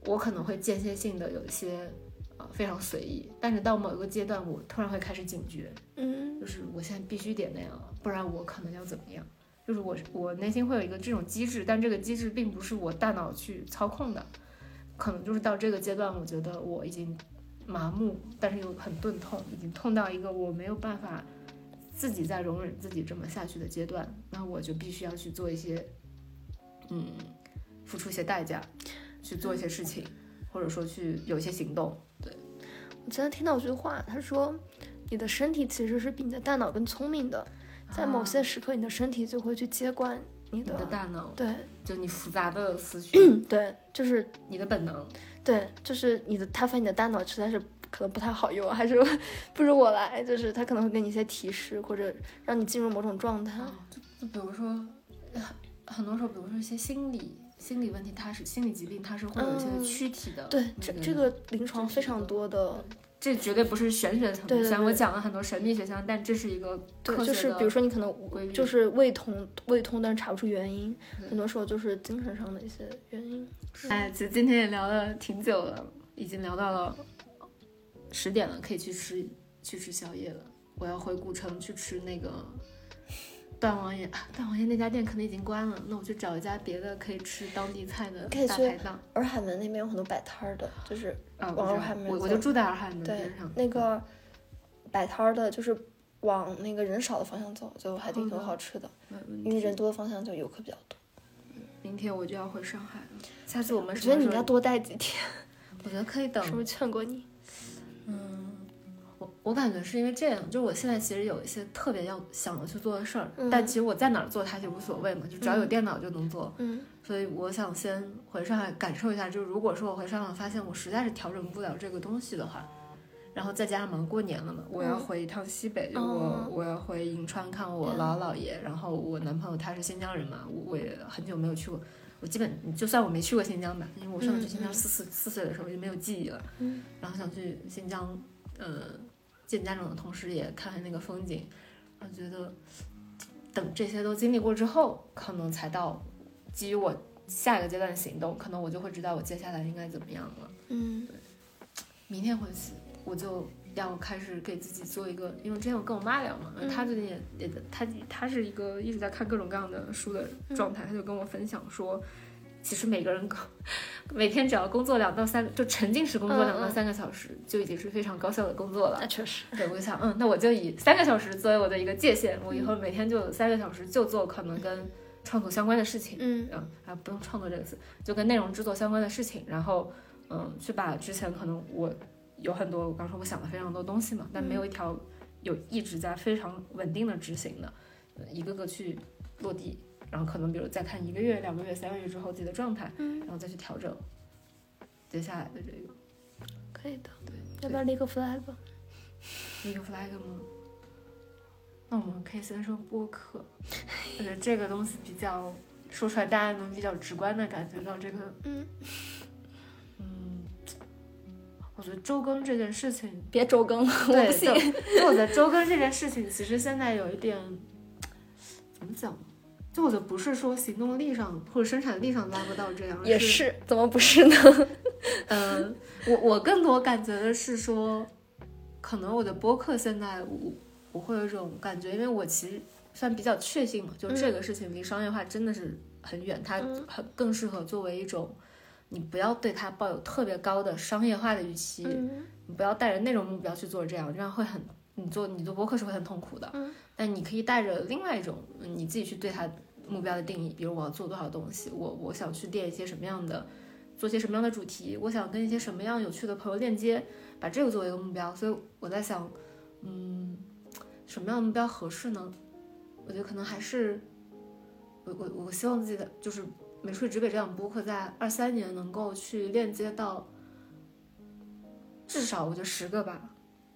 S3: 我可能会间歇性的有一些呃非常随意，但是到某一个阶段，我突然会开始警觉，
S1: 嗯，
S3: 就是我现在必须得那样了，不然我可能要怎么样。就是我我内心会有一个这种机制，但这个机制并不是我大脑去操控的，可能就是到这个阶段，我觉得我已经麻木，但是又很钝痛，已经痛到一个我没有办法自己再容忍自己这么下去的阶段，那我就必须要去做一些，嗯，付出一些代价，去做一些事情，或者说去有一些行动。
S1: 我今天听到一句话，他说：“你的身体其实是比你的大脑更聪明的，在某些
S3: 啊
S1: 时刻，你的身体就会去接管你
S3: 你
S1: 的。
S3: 的大脑，
S1: 对
S3: 就你复杂的思 绪，
S1: 对，就是
S3: 你的本能。
S1: 对，就是你的，他发现你的大脑实在是可能不太好用，还是不如我来，就是他可能会给你一些提示，或者让你进入某种状态。
S3: 啊，就就比如说，很很多时候，比如说一些心理心理问题，它是心理疾病，它是会有一些
S1: 嗯
S3: 躯体的。
S1: 对，这
S3: 那
S1: 这个临床
S3: 是
S1: 非
S3: 一个
S1: 常多的，
S3: 这绝对不是玄学层
S1: 对
S3: 面，
S1: 对
S3: 虽然我
S1: 对
S3: 讲了很多神秘学项，但这是一个
S1: 对，
S3: 科学
S1: 就是
S3: 的
S1: 比如说你可能
S3: 规律，
S1: 就是胃痛，胃痛，但是查不出原因，
S3: 对
S1: 很多时候就是精神上的一些原因。
S3: 哎，其实今天也聊了挺久了，已经聊到了十点了，可以去吃去吃宵夜了。我要回古城去吃那个段王爷，啊段王爷那家店可能已经关了，那我去找一家别的可以吃当地菜的
S1: 可以
S3: 大
S1: 去
S3: 排档。
S1: 洱海门那边有很多摆摊儿的，就是
S3: 啊，我
S1: 往
S3: 知
S1: 洱
S3: 道
S1: 海门
S3: 我我
S1: 走
S3: 就住在洱海门
S1: 对
S3: 嗯边上。
S1: 那个摆摊儿的，就是往那个人少的方向走，就还挺
S3: 好
S1: 多
S3: 的
S1: 好吃的，
S3: 没问题
S1: 因为人多的方向就游客比较多。
S3: 明天我就要回上海了，下次我
S1: 我
S3: 们什
S1: 觉得
S3: 么
S1: 你
S3: 时
S1: 应
S3: 候
S1: 该多待几天，
S3: 我觉得可以
S1: 是不
S3: 等，
S1: 是劝过你？
S3: 嗯，我我感觉是因为这样，就是我现在其实有一些特别要想要去做的事儿，但其实我在哪儿做它就无所谓嘛，就只要有电脑就能做。
S1: 嗯
S3: 所以我想先回上海感受一下，就是如果说我回上海发现我实在是调整不了这个东西的话，然后再加上嘛过年了嘛，我要回一趟西北，就我
S1: 哦
S3: 我要回银川看我姥姥姥爷，然后我男朋友他是新疆人嘛，我我也很久没有去过。我基本就算我没去过新疆吧，因为我上次去新疆四四四岁的时候就没有记忆了，
S1: 嗯
S3: 然后想去新疆，呃，见家长的同时也看看那个风景，我觉得等这些都经历过之后，可能才到基于我下一个阶段的行动，可能我就会知道我接下来应该怎么样了。
S1: 嗯
S3: 明天回去我就要开始给自己做一个，因为之前我跟我妈聊嘛，
S1: 嗯
S3: 她最近也也她她是一个一直在看各种各样的书的状
S1: 嗯
S3: 态，她就跟我分享说。其实每个人工每天只要工作两到三个，就沉浸式工作
S1: 嗯
S3: 两到
S1: 嗯
S3: 三个小时，就已经是非常高效的工作了。
S1: 那确实，
S3: 对，我就想，嗯，那我就以三个小时作为我的一个界限，我以
S1: 嗯
S3: 后每天就有三个小时就做可能跟创作相关的事情，
S1: 嗯
S3: 嗯啊，不用创作这个词，就跟内容制作相关的事情，然后嗯，去把之前可能我有很多，我刚说我想了非常多东西嘛，但没有一条有一直在非常稳定的执行的，呃一个个去落地，然后可能比如再看一个月、两个月、三个月之后自己的状态，
S1: 嗯
S3: 然后再去调整接下来的这个
S1: 可以的。
S5: 要不要立个 flag？
S3: 一个 flag 吗？那我们可以先说播客，我觉得这个东西比较说出来，大家能比较直观的感觉到这个，
S1: 嗯
S3: 嗯，我觉得周更这件事
S1: 嗯
S3: 情，
S5: 别周更， 我
S3: 对，
S5: 不信
S3: 就。就我觉得周更这件事情，其实现在有一点怎么讲？就我觉得不是说行动力上或者生产力上拉不到这样，
S5: 也
S3: 而是
S5: 是，怎么不是呢？
S3: 嗯，我我更多感觉的是说，可能我的播客现在我我会有一种感觉，因为我其实算比较确信嘛，就这
S5: 嗯
S3: 个事情离商业化真的是很远，它
S1: 嗯
S3: 很更适合作为一种，你不要对它抱有特别高的商业化的预期，
S1: 嗯
S3: 你不要带着那种目标去做这样，这样会很，你做你做播客是会很痛苦的。
S1: 嗯，
S3: 但你可以带着另外一种嗯你自己去对它目标的定义，比如我要做多少东西，我我想去列一些什么样的，做些什么样的主题，我想跟一些什么样有趣的朋友链接，把这个作为一个目标。所以我在想，嗯，什么样的目标合适呢？我觉得可能还是，我我我希望自己的就是《美术与植北》这档播客在二三年能够去链接到。至少我就十个吧，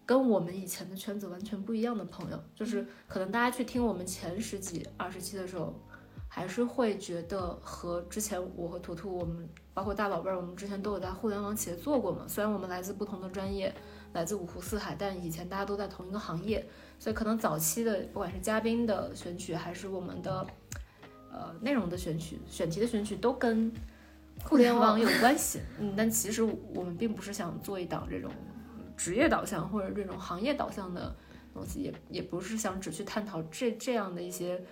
S3: 跟我们以前的圈子完全不一样的朋友，就是可能大家去听我们前十几、二十期的时候，还是会觉得和之前我和图图，我们包括大宝贝儿，我们之前都有在互联网企业做过嘛。虽然我们来自不同的专业，来自五湖四海，但以前大家都在同一个行业，所以可能早期的不管是嘉宾的选取，还是我们的呃内容的选取、选题的选取，都跟互联网有关系。嗯，但其实我们并不是想做一档这种职业导向或者这种行业导向的东西，也也不是想只去探讨这这样的一些。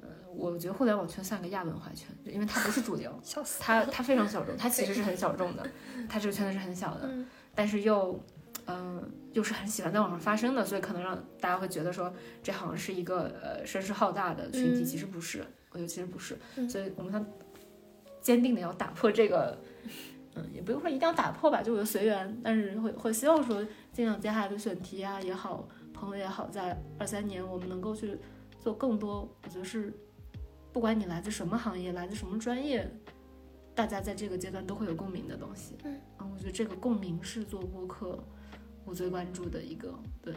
S3: 呃，我觉得互联网圈算个亚文化圈，因为它不是主流，
S5: 笑死！
S3: 它它非常小众，它其实是很小众 的，它这个圈子是很小的，
S1: 嗯
S3: 但是又，嗯、又是很喜欢在网上发声的，所以可能让大家会觉得说这好像是一个呃声势浩大的群体，
S1: 嗯
S3: 其实不是，我觉得其实不是，
S1: 嗯
S3: 所以我们想坚定的要打破这个。嗯，也不用说一定要打破吧，就我就随缘，但是会会希望说，尽量接下来的选题啊也好，朋友也好，在二三年我们能够去做更多，我觉得是，不管你来自什么行业，来自什么专业，大家在这个阶段都会有共鸣的东西。
S1: 嗯，
S3: 啊，我觉得这个共鸣是做播客我最关注的一个，对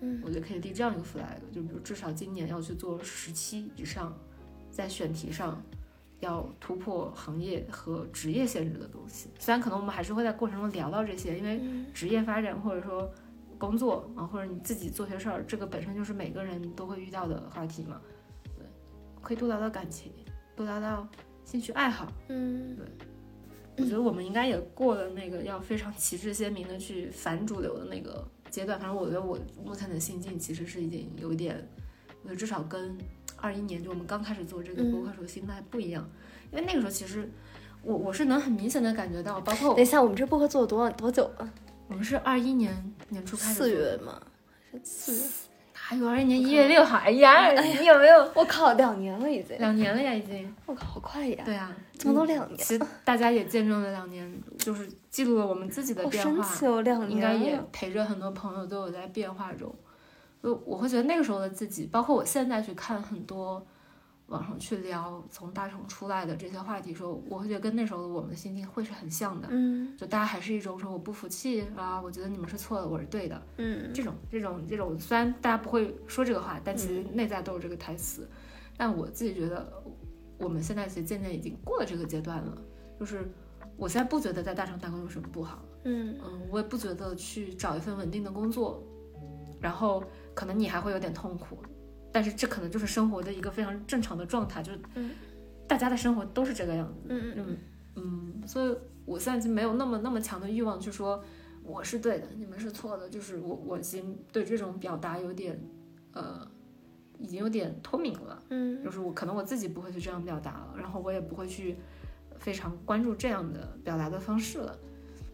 S1: 嗯
S3: 我觉得可以立这样一个 flag，就比如至少今年要去做十期以上，在选题上。要突破行业和职业限制的东西，虽然可能我们还是会在过程中聊到这些，因为
S1: 嗯
S3: 职业发展或者说工作啊，或者你自己做些事儿，这个本身就是每个人都会遇到的话题嘛。对，可以多聊聊感情，多聊聊兴趣爱好。
S1: 嗯
S3: 我觉得我们应该也过了那个要非常旗帜鲜明的去反主流的那个阶段。反正我觉得我目前的心境其实是已经有一点，我觉得至少跟二一年就我们刚开始做这个
S1: 嗯
S3: 播客时候心态不一样，因为那个时候其实我我是能很明显的感觉到，包括
S5: 等一下，我们这播客做了多多久了？
S3: 我们是二一年年初开始做
S1: 四
S3: 的
S1: 月嘛，是四月，
S3: 还有二一年一月六号，哎呀，你有 没有
S1: 我靠，两年了已经，
S3: 两年了呀？已经，
S1: 我靠，好快呀！
S3: 对啊，
S1: 怎么都两年？
S3: 其实大家也见证了两年，就是记录了我们自己的
S1: 好
S3: 变
S1: 神
S3: 化，
S1: 奇哦，两年
S3: 应该也
S1: 了
S3: 陪着很多朋友都有在变化中。就我会觉得那个时候的自己，包括我现在去看很多网上去聊从大城出来的这些话题的时候，我会觉得跟那时候的我们的心情会是很像的。
S1: 嗯
S3: 就大家还是一种说我不服气啊，我觉得你们是错的，我是对的
S1: 嗯
S3: 这种这种这种。虽然大家不会说这个话，但其实
S1: 嗯
S3: 内在都有这个台词。但我自己觉得，我们现在其实渐渐已经过了这个阶段了，就是我现在不觉得在大厂打工有什么不好。
S1: 嗯
S3: 嗯，我也不觉得去找一份稳定的工作，然后可能你还会有点痛苦，但是这可能就是生活的一个非常正常的状态，就是
S1: 嗯
S3: 大家的生活都是这个样子。
S1: 嗯嗯
S3: 嗯嗯，所以我现在就没有那么那么强的欲望去说我是对的，你们是错的，就是我我已经对这种表达有点呃，已经有点脱敏了。
S1: 嗯
S3: 就是我可能我自己不会去这样表达了，然后我也不会去非常关注这样的表达的方式了。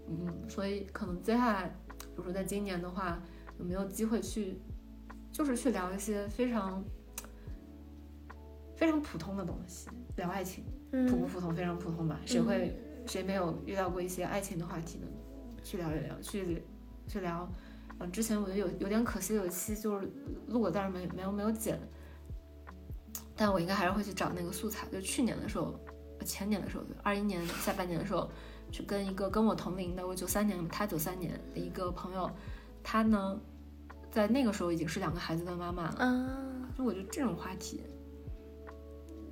S3: 嗯，所以可能接下来，比如说在今年的话，有没有机会去，就是去聊一些非常非常普通的东西，聊爱情，
S1: 嗯
S3: 普不普通？非常普通吧，谁会谁没有遇到过一些爱情的话题呢？去聊一聊，去去聊。嗯，之前我觉得有有点可惜，有一期就是录了，但是没没有没有剪。但我应该还是会去找那个素材，就去年的时候，呃前年的时候，二一年下半年的时候，去跟一个跟我同龄的，我九三年，他九三年的一个朋友，他呢，在那个时候已经是两个孩子的妈妈了。
S1: 啊，
S3: 就我觉得这种话题，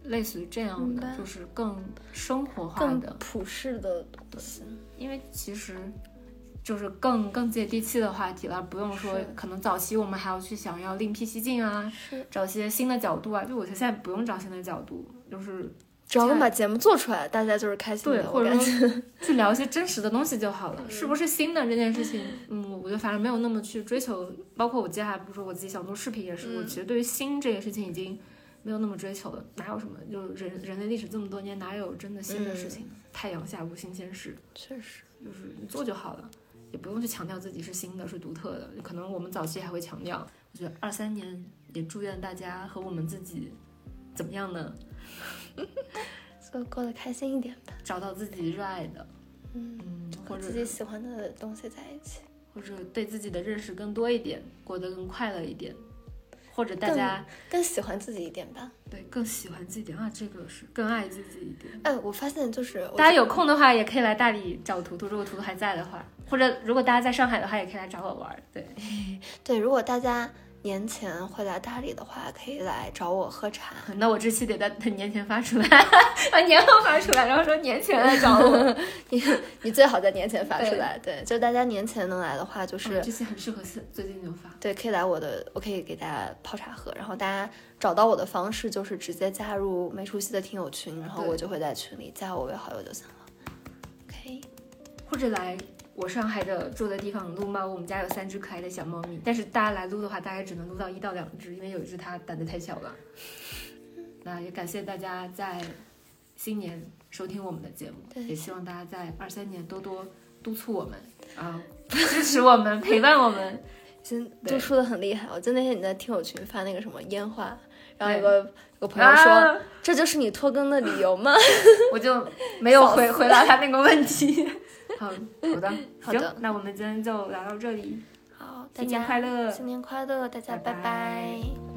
S3: 类似于这样
S1: 明
S3: 的，
S1: 白
S3: 就是更生活化
S1: 更
S3: 的，
S1: 普世的东西，
S3: 因为其实就是更更接地气的话题了，不用说
S1: 是
S3: 可能早期我们还要去想要另辟蹊径啊，
S1: 是
S3: 找些新的角度啊。就我觉得现在不用找新的角度，就是
S1: 只要能把节目做出来，大家就是开心
S3: 对，
S1: 的，
S3: 或
S1: 我
S3: 者
S1: 感觉
S3: 说去聊一些真实的东西就好了。是不是新的这件事情，嗯，我觉得反正没有那么去追求。包括我接下来不是我自己想做视频也是，我其实对于新这个事情已经没有那么追求了。哪有什么，就是人人类历史这么多年，哪有真的新的事情？太阳下无新鲜事，
S1: 确实，
S3: 就是你做就好了。也不用去强调自己是新的、是独特的，可能我们早期还会强调。我觉得二三年也祝愿大家和我们自己怎么样呢？
S1: 就过得开心一点吧，
S3: 找到自己热爱的，
S1: 嗯，
S3: 嗯，或
S1: 和
S3: 者
S1: 自己喜欢的东西在一起，
S3: 或者对自己的认识更多一点，过得更快乐一点，或者大家
S1: 更喜欢自己一点吧。
S3: 对更喜欢自己一点啊，这个是更爱自己啊一点。
S1: 哎，我发现就是我
S3: 大家有空的话，也可以来大理找图图，如果图图还在的话，或者如果大家在上海的话，也可以来找我玩儿。对，
S1: 对，如果大家年前会来大理的话，可以来找我喝茶。
S3: 那我这期得在年前发出来，把年后发出来，然后说年前来找我。
S1: 你 你最好在年前发出来，对，就是大家年前能来的话，就是、
S3: 这期很适合现最近就发。
S1: 对，可以来我的，我可以给大家泡茶喝。然后大家找到我的方式就是直接加入没出息的听友群，然后
S3: 对
S1: 我就会在群里加我为好友就行了。OK，
S3: 或者来我上海的住的地方撸猫，我们家有三只可爱的小猫咪，但是大家来撸的话，大概只能撸到一到两只，因为有一只它胆子太小 了。那也感谢大家在新年收听我们的节目，
S1: 对
S3: 也希望大家在二三年多多督促我们啊， 支持我们，陪伴我们。
S1: 今天
S3: 对
S1: 都说的很厉害，我记得那天你在听友群发那个什么烟花，然后
S3: 对
S1: 有个有个朋友说、
S3: 啊
S1: 这就是你拖更的理由吗？
S3: 我就没有 回回答他那个问题。 好好的，
S1: 好的
S3: 行，那我们今天就聊到这里，
S1: 好，大
S3: 新年
S1: 家
S3: 快乐，
S1: 新年快乐，大家
S3: 拜
S1: 拜
S3: 拜
S1: 拜